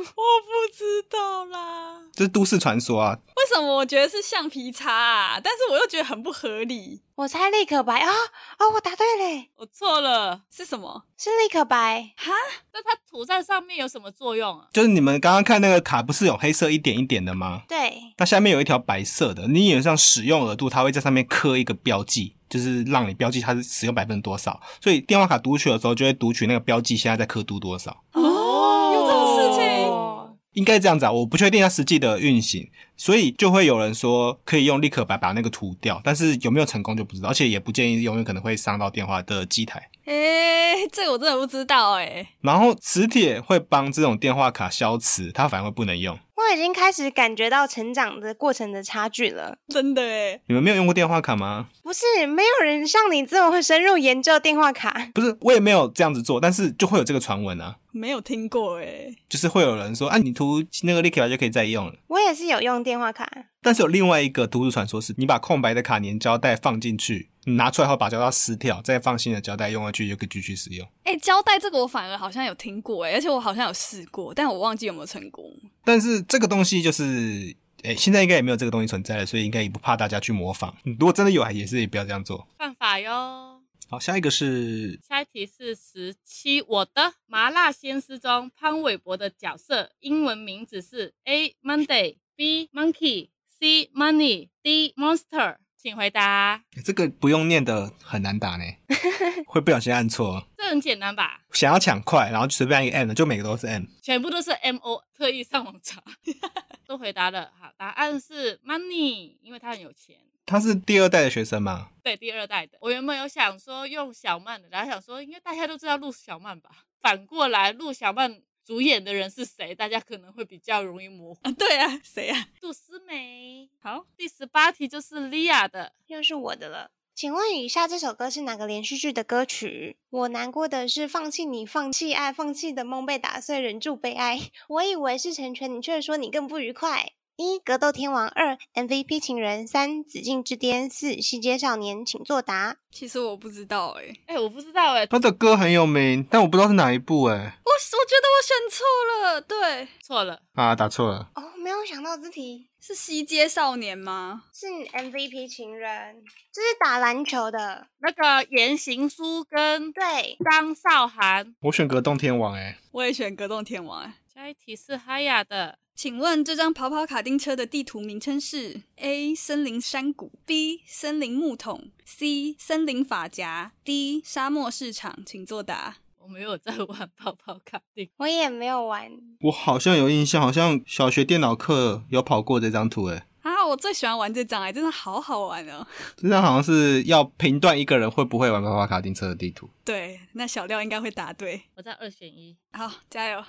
[SPEAKER 1] 哦！
[SPEAKER 2] 我不知道啦，
[SPEAKER 4] 这是都市传说啊，
[SPEAKER 2] 为什么我觉得是橡皮擦啊？但是我又觉得很不合理，
[SPEAKER 1] 我猜立可白啊哦，我答对嘞，
[SPEAKER 3] 我错了。
[SPEAKER 2] 是什么？
[SPEAKER 1] 是立可白。
[SPEAKER 2] 哈，
[SPEAKER 3] 那它涂在上面有什么作用啊？
[SPEAKER 4] 就是你们刚刚看那个卡，不是有黑色一点一点的吗？
[SPEAKER 1] 对，
[SPEAKER 4] 那下面有一条白色的，你脸上使用额度，它会在上面刻一个标记，就是让你标记它是使用百分之多少。所以电话卡读取的时候，就会读取那个标记现在在刻度多少，
[SPEAKER 2] 哦，有这种事情。
[SPEAKER 1] 哦，
[SPEAKER 4] 应该这样子啊，我不确定它实际的运行，所以就会有人说可以用立可白把那个涂掉，但是有没有成功就不知道，而且也不建议用，因为可能会伤到电话的机台。
[SPEAKER 2] 哎、这个我真的不知道哎、
[SPEAKER 4] 然后磁铁会帮这种电话卡消磁，它反而会不能用。
[SPEAKER 1] 我已经开始感觉到成长的过程的差距了。
[SPEAKER 2] 真的哎、
[SPEAKER 4] 你们没有用过电话卡吗？
[SPEAKER 1] 不是，没有人像你这么深入研究电话卡。
[SPEAKER 4] 不是，我也没有这样子做，但是就会有这个传闻啊，
[SPEAKER 2] 没有听过哎、
[SPEAKER 4] 就是会有人说啊，你涂那个立可白就可以再用了。
[SPEAKER 1] 我也是有用电话卡，
[SPEAKER 4] 但是有另外一个都市传说是，你把空白的卡粘胶带放进去，你拿出来后把胶带撕掉，再放新的胶带用上去，就可以继续使用。
[SPEAKER 2] 哎、胶带这个我反而好像有听过哎、而且我好像有试过，但我忘记有没有成功。
[SPEAKER 4] 但是这个东西就是，哎，现在应该也没有这个东西存在了，所以应该也不怕大家去模仿。如果真的有，还也是也不要这样做。
[SPEAKER 3] 犯法哟。
[SPEAKER 4] 好，下一个是
[SPEAKER 3] 下一题是十七，我的《麻辣鲜师》中潘玮柏的角色英文名字是 A Monday B Monkey C Money D Monster，请回答。
[SPEAKER 4] 这个不用念的很难打呢， 会不小心按错。
[SPEAKER 3] 这很简单吧？
[SPEAKER 4] 想要抢快，然后就随便按一个 M 的，就每个都是 M。
[SPEAKER 3] 全部都是 M O，特意上网查， 都回答了。好，答案是 Money，因为他很有钱。
[SPEAKER 4] 他是第二代的学生嘛？
[SPEAKER 3] 对，第二代的。我原本有想说用小曼的，然后想说应该大家都知道陆小曼吧。反过来，陆小曼主演的人是谁，大家可能会比较容易模糊。
[SPEAKER 2] 啊，对啊，谁啊？
[SPEAKER 3] 杜思梅。
[SPEAKER 2] 好，
[SPEAKER 3] 第十八题就是莉亚的
[SPEAKER 1] 又是我的了。请问以下这首歌是哪个连续剧的歌曲？我难过的是放弃你，放弃爱，放弃的梦被打碎，忍住悲哀。我以为是成全，你却说你更不愉快。一格斗天王，二 MVP 情人，三紫禁之巅，四西街少年，请作答。
[SPEAKER 2] 其实我不知道哎、
[SPEAKER 3] 哎、我不知道哎、
[SPEAKER 4] 他的歌很有名，但我不知道是哪一部哎、
[SPEAKER 2] 我我觉得我选错了，对，
[SPEAKER 3] 错了，
[SPEAKER 4] 啊，打错了。
[SPEAKER 1] 哦，没有想到这题
[SPEAKER 2] 是西街少年吗？
[SPEAKER 1] 是 MVP 情人，这是打篮球的。
[SPEAKER 3] 那个言行书跟
[SPEAKER 1] 对，
[SPEAKER 3] 张韶涵。
[SPEAKER 4] 我选格斗天王哎、
[SPEAKER 2] 我也选格斗天王哎、
[SPEAKER 3] 下一题是哈雅的，
[SPEAKER 2] 请问这张跑跑卡丁车的地图名称是：A. 森林山谷，B. 森林木桶，C. 森林法夹，D. 沙漠市场，请作答。
[SPEAKER 3] 我没有在玩泡泡卡丁，
[SPEAKER 1] 我也没有玩。
[SPEAKER 4] 我好像有印象，好像小学电脑课有跑过这张图哎、
[SPEAKER 2] 啊，我最喜欢玩这张哎、真的好好玩哦！
[SPEAKER 4] 这张好像是要评断一个人会不会玩跑跑卡丁车的地图。
[SPEAKER 2] 对，那小廖应该会答对。
[SPEAKER 3] 我在二选一，
[SPEAKER 2] 好，加油！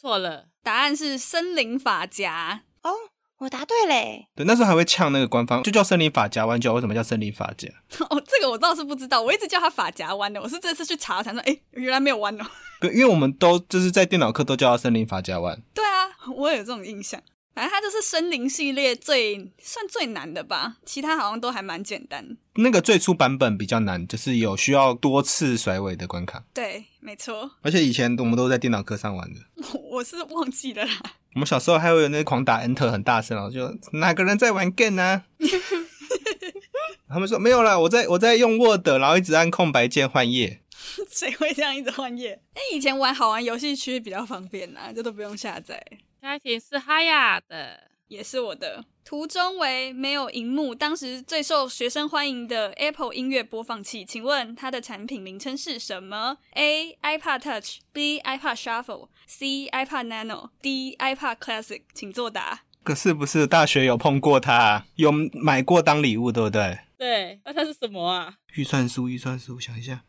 [SPEAKER 3] 错了。
[SPEAKER 2] 答案是森林法夹，
[SPEAKER 1] 哦，我答对嘞！
[SPEAKER 4] 对，那时候还会呛那个官方，就叫森林法夹弯角，为什么叫森林法夹？
[SPEAKER 2] 哦，这个我倒是不知道，我一直叫它法夹弯的。我是这次去查，才说，哎，原来没有弯哦。
[SPEAKER 4] 对，因为我们都就是在电脑课都叫它森林法夹弯。
[SPEAKER 2] 对啊，我有这种印象。反正它就是森林系列最算最难的吧，其他好像都还蛮简单。
[SPEAKER 4] 那个最初版本比较难，就是有需要多次甩尾的关卡，
[SPEAKER 2] 对，没错，
[SPEAKER 4] 而且以前我们都在电脑课上玩的。
[SPEAKER 2] 我我是忘记了啦。
[SPEAKER 4] 我们小时候还会有那狂打 Enter 很大声哦，就哪个人在玩 game 呢、他们说没有啦，我在我在用 Word，然后一直按空白键换页。
[SPEAKER 2] 谁会这样一直换页？那以前玩好玩游戏区比较方便啦，这都不用下载。
[SPEAKER 3] 下一题是哈雅的，
[SPEAKER 2] 也是我的。图中为没有荧幕，当时最受学生欢迎的 Apple 音乐播放器，请问它的产品名称是什么？A. iPod Touch，B. iPod Shuffle，C. iPod Nano，D. iPod Classic，请作答。
[SPEAKER 4] 可是不是大学有碰过它、啊有买过当礼物，对不对？
[SPEAKER 3] 对，那它是什么啊？
[SPEAKER 4] 预算书，预算书，想一下。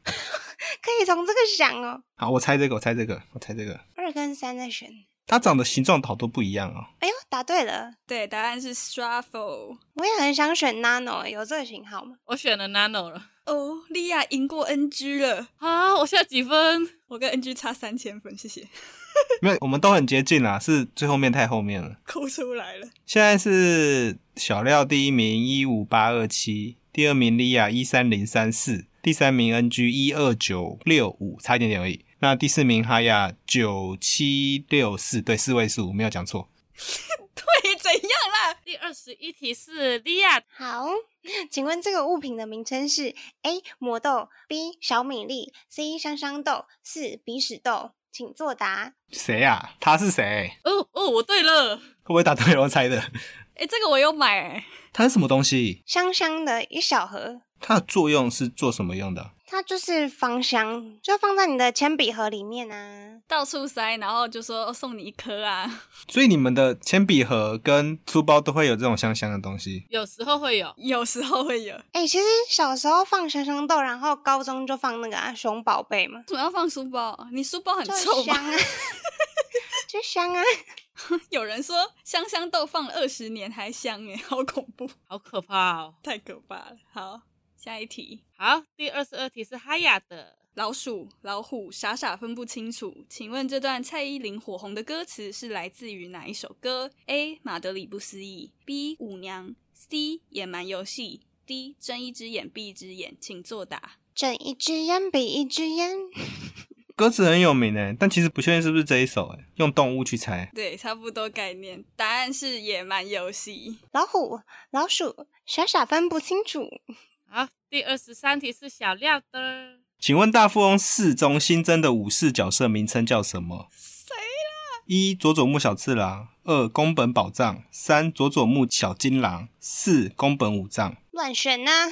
[SPEAKER 1] 可以从这个想哦。
[SPEAKER 4] 好，我猜这个，我猜这个，我猜这个。
[SPEAKER 1] 二跟三在选。
[SPEAKER 4] 它长的形状好多不一样哦。
[SPEAKER 1] 哎呦，答对了！
[SPEAKER 2] 对，答案是 Shuffle。
[SPEAKER 1] 我也很想选 Nano，欸有这个型号吗？
[SPEAKER 3] 我选了 Nano 了。
[SPEAKER 2] 哦，莉亚赢过 NG 了，
[SPEAKER 3] 啊，我现在几分？
[SPEAKER 2] 我跟 NG 差三千分，谢谢，
[SPEAKER 4] 没有，我们都很接近啦，是最后面太后面了。
[SPEAKER 2] 哭出来了。
[SPEAKER 4] 现在是小廖第一名一五八二七，第二名莉亚一三零三四，第三名 NG 一二九六五，差一点点而已。那第四名哈亚九七六四，对，四位数，没有讲错。
[SPEAKER 2] 对，怎样啦？
[SPEAKER 3] 第二十一题是莉亚，
[SPEAKER 1] 好， 请问这个物品的名称是 A 魔豆，B 小米粒，C 香香豆，四鼻屎豆，请作答。
[SPEAKER 4] 谁啊？他是谁？
[SPEAKER 3] 哦哦，我对了，
[SPEAKER 4] 会不会答对了我猜的？
[SPEAKER 2] 哎，这个我有买、欸，
[SPEAKER 4] 它是什么东西？
[SPEAKER 1] 香香的一小盒，
[SPEAKER 4] 它的作用是做什么用的？
[SPEAKER 1] 它就是芳香，就放在你的铅笔盒里面啊。
[SPEAKER 2] 到处塞，然后就说、哦送你一颗啊。
[SPEAKER 4] 所以你们的铅笔盒跟书包都会有这种香香的东西。
[SPEAKER 3] 有时候会有。
[SPEAKER 2] 有时候会有，
[SPEAKER 1] 哎、其实小时候放香香豆，然后高中就放那个啊熊宝贝嘛，
[SPEAKER 2] 怎么要放书包？你书包 很
[SPEAKER 1] 就
[SPEAKER 2] 臭
[SPEAKER 1] 香
[SPEAKER 2] 吗？
[SPEAKER 1] 啊，就香啊。
[SPEAKER 2] 有人说香香豆放了二十年还香耶， 好恐怖，
[SPEAKER 3] 好可怕哦！
[SPEAKER 2] 太可怕了。好，下一题，
[SPEAKER 3] 好，第二十二题是哈雅的，
[SPEAKER 2] 老鼠、老虎傻傻分不清楚，请问这段蔡依林火红的歌词是来自于哪一首歌？A. 马德里不思议，B. 舞娘，C. 野蛮游戏，D. 睁一只眼闭一只眼，请作答。
[SPEAKER 1] 睁一只眼闭一只眼，
[SPEAKER 4] 歌词很有名诶，但其实不确定是不是这一首诶，用动物去猜。
[SPEAKER 2] 对，差不多概念。答案是野蛮游戏。
[SPEAKER 1] 老虎、老鼠傻傻分不清楚。
[SPEAKER 3] 好，第二十三题是小廖的，
[SPEAKER 4] 请问《大富翁四》中新增的武士角色名称叫什么？
[SPEAKER 2] 谁？
[SPEAKER 4] 一佐佐木小次郎，二宫本宝藏，三佐佐木小金狼，四宫本武藏。
[SPEAKER 1] 乱选呐、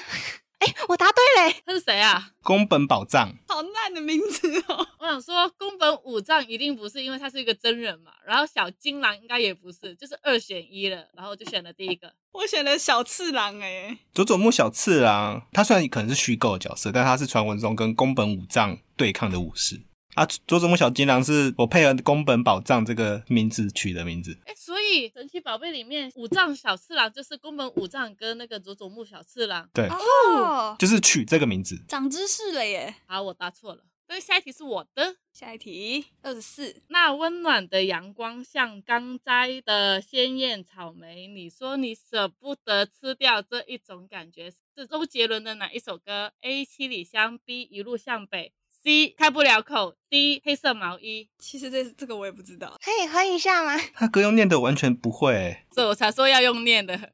[SPEAKER 1] 哎、我答对嘞！
[SPEAKER 3] 他是谁啊？
[SPEAKER 4] 宫本宝藏，
[SPEAKER 2] 好烂的名字哦！
[SPEAKER 3] 我想说，宫本武藏一定不是，因为他是一个真人嘛。然后小金狼应该也不是，就是二选一了。然后我就选了第一个。
[SPEAKER 2] 我选了小次郎哎、
[SPEAKER 4] 佐佐木小次郎，他虽然可能是虚构的角色，但他是传闻中跟宫本武藏对抗的武士。啊，佐佐木小金狼是我配合宫本宝藏这个名字取的名字。
[SPEAKER 3] 哎，所以神奇宝贝里面五藏小次郎就是宫本武藏跟那个佐佐木小次郎。
[SPEAKER 4] 对，
[SPEAKER 2] 哦，
[SPEAKER 4] 就是取这个名字。
[SPEAKER 2] 长知识了耶！
[SPEAKER 3] 好，我答错了。所以下一题是我的。
[SPEAKER 2] 下一题，二十四，
[SPEAKER 3] 那温暖的阳光像刚摘的鲜艳草莓，你说你舍不得吃掉这一种感觉，是周杰伦的哪一首歌？A. 七里香，B. 一路向北，C. 开不了口，D. 黑色毛衣。
[SPEAKER 2] 其实这这个我也不知道。
[SPEAKER 1] 可以哼一下吗？
[SPEAKER 4] 他歌用念的完全不会、欸，
[SPEAKER 3] 所以我才说要用念的。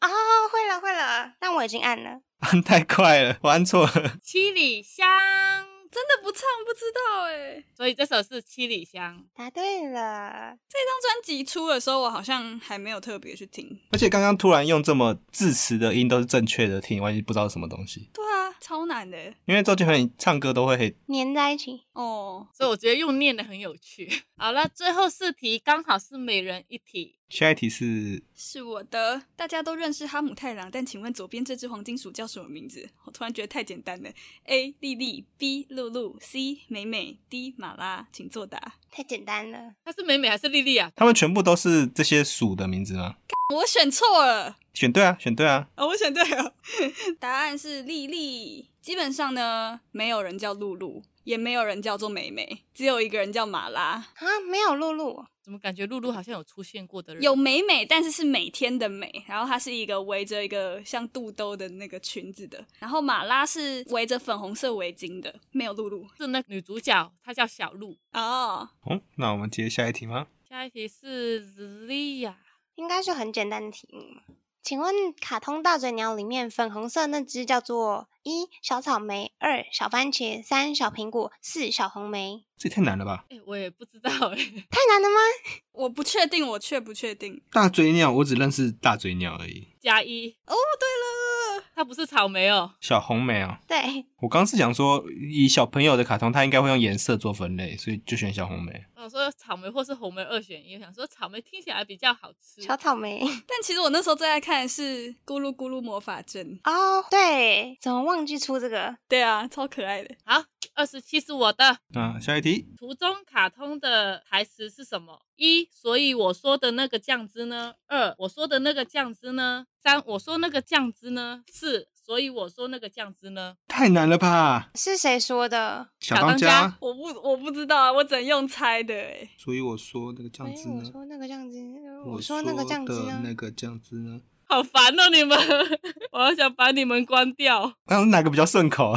[SPEAKER 1] 哦，会了会了，但我已经按了。
[SPEAKER 4] 按啊太快了，我按错了。
[SPEAKER 3] 七里香，
[SPEAKER 2] 真的不唱不知道哎。
[SPEAKER 3] 所以这首是七里香。
[SPEAKER 1] 答对了，
[SPEAKER 2] 这张专辑出的时候，我好像还没有特别去听。
[SPEAKER 4] 而且刚刚突然用这么字词的音都是正确的，听完全不知道是什么东西。
[SPEAKER 2] 对啊，超难的
[SPEAKER 4] 因为周杰伦唱歌都会
[SPEAKER 1] 粘在一起。
[SPEAKER 2] 哦。
[SPEAKER 3] 所以我觉得用念的很有趣。好了，最后四题刚好是每人一题。
[SPEAKER 4] 下一题是
[SPEAKER 2] 是我的，大家都认识哈姆太郎，但请问左边这只黄金鼠叫什么名字？我突然觉得太简单了。A. 丽丽，B. 露露，C. 美美，D. 马拉，请作答。
[SPEAKER 1] 太简单了，
[SPEAKER 3] 她是美美还是丽丽啊？
[SPEAKER 4] 他们全部都是这些鼠的名字吗？
[SPEAKER 2] 我选错了。
[SPEAKER 4] 选对啊，选对啊。
[SPEAKER 2] 哦，我选对了， 答案是丽丽。基本上呢，没有人叫露露，也没有人叫做美美，只有一个人叫马拉。
[SPEAKER 1] 啊，没有露露，
[SPEAKER 3] 怎么感觉露露好像有出现过的人？
[SPEAKER 2] 有美美，但是是每天的美，然后它是一个围着一个像肚兜的那个裙子的，然后马拉是围着粉红色围巾的，没有露露
[SPEAKER 3] 是那女主角，她叫小鹿。
[SPEAKER 2] 哦。
[SPEAKER 4] 哦，那我们接下一题吗？
[SPEAKER 3] 下一题是 Zia，
[SPEAKER 1] 应该是很简单的题目嘛。请问，卡通大嘴鸟里面粉红色那只叫做一小草莓，二小番茄，三小苹果，四小红莓，
[SPEAKER 4] 这也太难了吧！
[SPEAKER 3] 哎、我也不知道哎、
[SPEAKER 1] 太难了吗？
[SPEAKER 2] 我不确定，我确不确定。
[SPEAKER 4] 大嘴鸟，我只认识大嘴鸟而已。
[SPEAKER 3] 加一，
[SPEAKER 2] 哦，对了，
[SPEAKER 3] 它不是草莓哦。
[SPEAKER 4] 小红莓啊，
[SPEAKER 1] 对，
[SPEAKER 4] 我刚是想说，以小朋友的卡通，它应该会用颜色做分类，所以就选小红莓。
[SPEAKER 3] 我想说草莓或是红莓二选一，我想说草莓听起来比较好吃。
[SPEAKER 1] 小草莓。
[SPEAKER 2] 但其实我那时候最爱看的是《咕噜咕噜魔法阵》，
[SPEAKER 1] 哦，对，怎么忘记出这个？
[SPEAKER 2] 对啊，超可爱的。
[SPEAKER 3] 好，二十七是我的。
[SPEAKER 4] 那下一题，
[SPEAKER 3] 图中卡通的台词是什么？一，所以我说的那个酱汁呢？二，我说的那个酱汁呢？三，我说那个酱汁呢？四，所以我说那个酱汁呢？
[SPEAKER 4] 太难了吧？
[SPEAKER 1] 是谁说的？
[SPEAKER 4] 小
[SPEAKER 3] 当
[SPEAKER 4] 当
[SPEAKER 3] 家
[SPEAKER 4] 家，
[SPEAKER 2] 我不我不知道啊，我只能用猜的哎。
[SPEAKER 4] 所以我说那个酱
[SPEAKER 1] 哎，
[SPEAKER 4] 汁
[SPEAKER 1] 我
[SPEAKER 4] 呢？
[SPEAKER 1] 说那个酱汁，呃我说那个酱汁啊
[SPEAKER 4] 的
[SPEAKER 1] 呢？
[SPEAKER 4] 那个酱汁呢？
[SPEAKER 3] 好烦哦，你们！ 我好想把你们关掉。
[SPEAKER 4] 那、啊、 哪个比较顺口？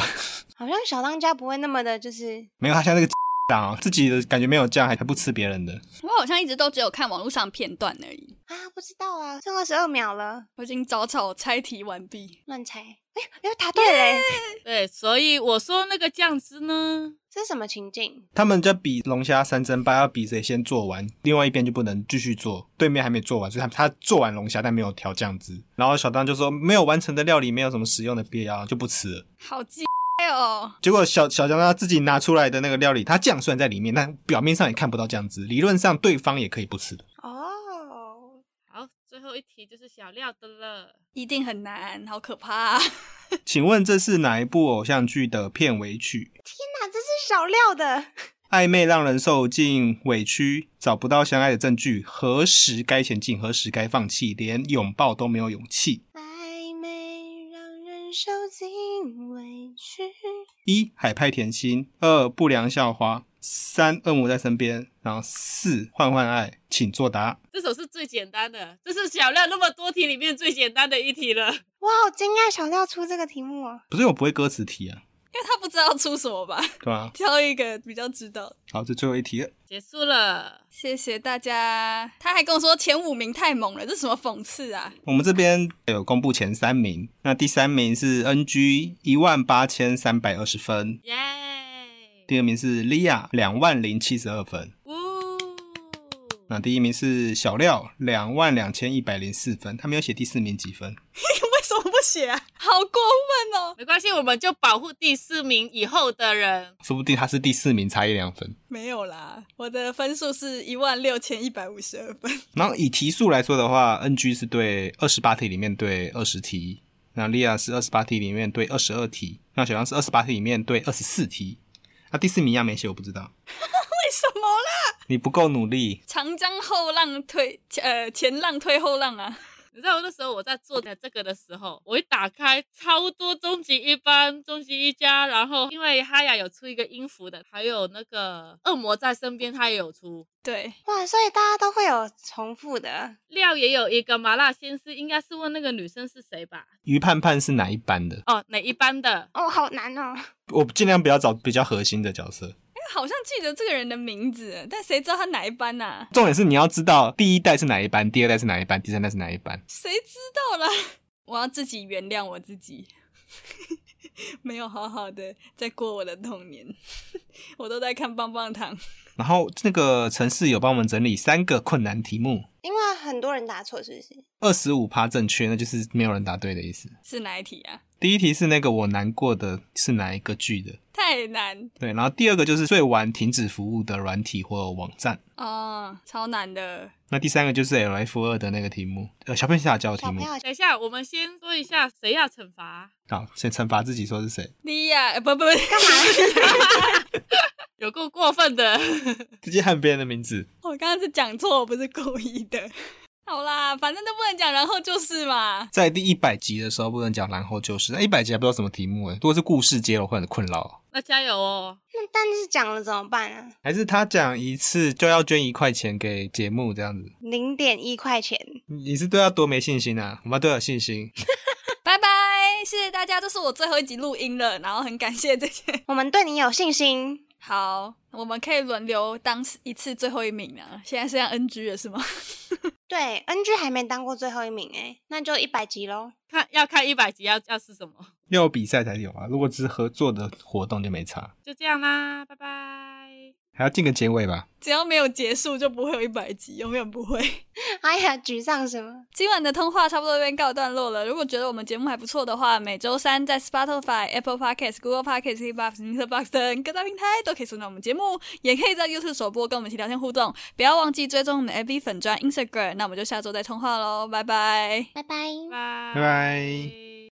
[SPEAKER 1] 好像小当家不会那么的，就是
[SPEAKER 4] 没有，他像那个 党、哦，自己的感觉没有酱，还还不吃别人的。
[SPEAKER 2] 我好像一直都只有看网络上片段而已。
[SPEAKER 1] 啊，不知道啊，剩二十二秒了，
[SPEAKER 2] 我已经早早猜题完毕。
[SPEAKER 1] 乱猜。哎呦，哎，答对了欸，
[SPEAKER 3] 对，所以我说那个酱汁呢？
[SPEAKER 1] 这是什么情境？
[SPEAKER 4] 他们在比龙虾三争霸，要比谁先做完，另外一边就不能继续做，对面还没做完，所以他他做完龙虾，但没有调酱汁。然后小当就说没有完成的料理没有什么实用的必要，就不吃了。
[SPEAKER 2] 好鸡掰哦！
[SPEAKER 4] 结果小小当他自己拿出来的那个料理，它酱虽然在里面，但表面上也看不到酱汁，理论上对方也可以不吃的。
[SPEAKER 1] 哦，
[SPEAKER 3] 好，最后一题就是小料的了。
[SPEAKER 2] 一定很难，好可怕、啊！
[SPEAKER 4] 请问这是哪一部偶像剧的片尾曲？
[SPEAKER 1] 那这是少料的，
[SPEAKER 4] 暧昧让人受尽委屈，找不到相爱的证据，何时该前进，何时该放弃，连拥抱都没有勇气。
[SPEAKER 1] 暧昧让人受尽委屈。
[SPEAKER 4] 一海派甜心，二不良校花，三恶魔在身边，然后四换换爱，请作答。
[SPEAKER 3] 这首是最简单的，这是小料那么多题里面最简单的一题了。
[SPEAKER 1] 哇，好惊讶，小料出这个题目哦。
[SPEAKER 4] 不是我不会歌词题啊，
[SPEAKER 2] 因为他不知道出什么吧，
[SPEAKER 4] 对吧、
[SPEAKER 2] 挑一个比较知道的。
[SPEAKER 4] 好，这最后一题了。
[SPEAKER 3] 结束了，
[SPEAKER 2] 谢谢大家。他还跟我说前五名太猛了，这什么讽刺啊？
[SPEAKER 4] 我们这边有公布前三名，那第三名是 NG 一万八千三百二十分，
[SPEAKER 3] 耶、
[SPEAKER 4] 第二名是 Lia 两万零七十二分，
[SPEAKER 3] 呜！
[SPEAKER 4] 那第一名是小廖两万两千一百零四分，他没有写第四名几分。
[SPEAKER 2] 为什么不写啊？好过分哦！
[SPEAKER 3] 没关系，我们就保护第四名以后的人。
[SPEAKER 4] 说不定他是第四名，差一两分。
[SPEAKER 2] 没有啦，我的分数是一万六千一百五十二分。
[SPEAKER 4] 然后以题数来说的话，NG 是对二十八题里面对二十题，那莉亚是二十八题里面对二十二题，那小杨是二十八题里面对二十四题。那第四名亚没写，我不知道，
[SPEAKER 2] 为什么啦？
[SPEAKER 4] 你不够努力。
[SPEAKER 2] 长江后浪推呃前浪推后浪啊！
[SPEAKER 3] 你知道我那时候我在做的这个的时候，我一打开超多终极一班、终极一家，然后因为哈雅有出一个音符的，还有那个恶魔在身边，他也有出。
[SPEAKER 2] 对，
[SPEAKER 1] 哇，所以大家都会有重复的，
[SPEAKER 3] 料也有一个麻辣鲜师，应该是问那个女生是谁吧？
[SPEAKER 4] 于盼盼是哪一班的？
[SPEAKER 3] 哦，哪一班的？
[SPEAKER 1] 哦，好难哦。
[SPEAKER 4] 我尽量不要找比较核心的角色。
[SPEAKER 2] 好像记得这个人的名字，但谁知道他哪一班呐、啊？
[SPEAKER 4] 重点是你要知道第一代是哪一班，第二代是哪一班，第三代是哪一班。
[SPEAKER 2] 谁知道啦？ 我要自己原谅我自己， 没有好好的在过我的童年， 我都在看棒棒糖。
[SPEAKER 4] 然后那个城市有帮我们整理三个困难题目，
[SPEAKER 1] 因为很多人答错，是不是？
[SPEAKER 4] 二十五趴正确，那就是没有人答对的意思。
[SPEAKER 2] 是哪一题啊？
[SPEAKER 4] 第一题是那个我难过的是哪一个剧的？
[SPEAKER 2] 太难
[SPEAKER 4] 对，然后第二个就是最晚停止服务的软体或网站。
[SPEAKER 2] 哦，超难的。
[SPEAKER 4] 那第三个就是 L F 二的那个题目，呃，小朋友下教的题
[SPEAKER 1] 小朋
[SPEAKER 4] 目。
[SPEAKER 1] 友
[SPEAKER 3] 等一下，我们先说一下谁要惩罚。
[SPEAKER 4] 好，先惩罚自己说是谁。
[SPEAKER 2] 莉亚，呃不不，干嘛？
[SPEAKER 3] 有够过分的，
[SPEAKER 4] 直接喊别人的名字。
[SPEAKER 2] 我刚刚是讲错，我不是故意的。好啦，反正都不能讲，然后就是嘛。
[SPEAKER 4] 在第一百集的时候不能讲，然后就是那一百集还不知道什么题目欸诶。如果是故事接龙会很困扰，
[SPEAKER 3] 那加油哦！
[SPEAKER 1] 那但是讲了怎么办啊？
[SPEAKER 4] 还是他讲一次就要捐一块钱给节目这样子？
[SPEAKER 1] 零点一块钱，
[SPEAKER 4] 你你是对他多没信心啊？我们对他有信心。
[SPEAKER 2] 拜拜，谢谢大家，这是我最后一集录音了，然后很感谢这些。
[SPEAKER 1] 我们对你有信心。
[SPEAKER 2] 好，我们可以轮流当一次最后一名了。现在是要 NG 了是吗？
[SPEAKER 1] 对，NG 还没当过最后一名哎，那就一百集喽。
[SPEAKER 3] 看要看一百集要要是什么，
[SPEAKER 4] 要有比赛才有啊，如果只是合作的活动就没差。
[SPEAKER 3] 就这样啦，拜拜。
[SPEAKER 4] 还要进个结尾吧？
[SPEAKER 2] 只要没有结束，就不会有一百集，永远不会。
[SPEAKER 1] 哎呀，沮丧什么？
[SPEAKER 2] 今晚的通话差不多这边告一段落了。如果觉得我们节目还不错的话，每周三在 Spotify、Apple Podcast、Google Podcast、KBox、Mr. Box 等各大平台都可以收到我们节目，也可以在 YouTube 首播跟我们一起聊天互动。不要忘记追踪我们的 FB 粉砖 Instagram。那我们就下周再通话喽，拜拜！
[SPEAKER 1] 拜拜。
[SPEAKER 3] 拜
[SPEAKER 4] 拜拜。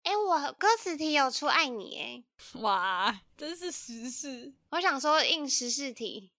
[SPEAKER 1] 哎，我歌词题有出爱你哎，
[SPEAKER 2] 哇，真是时事。
[SPEAKER 1] 我想说应时事题。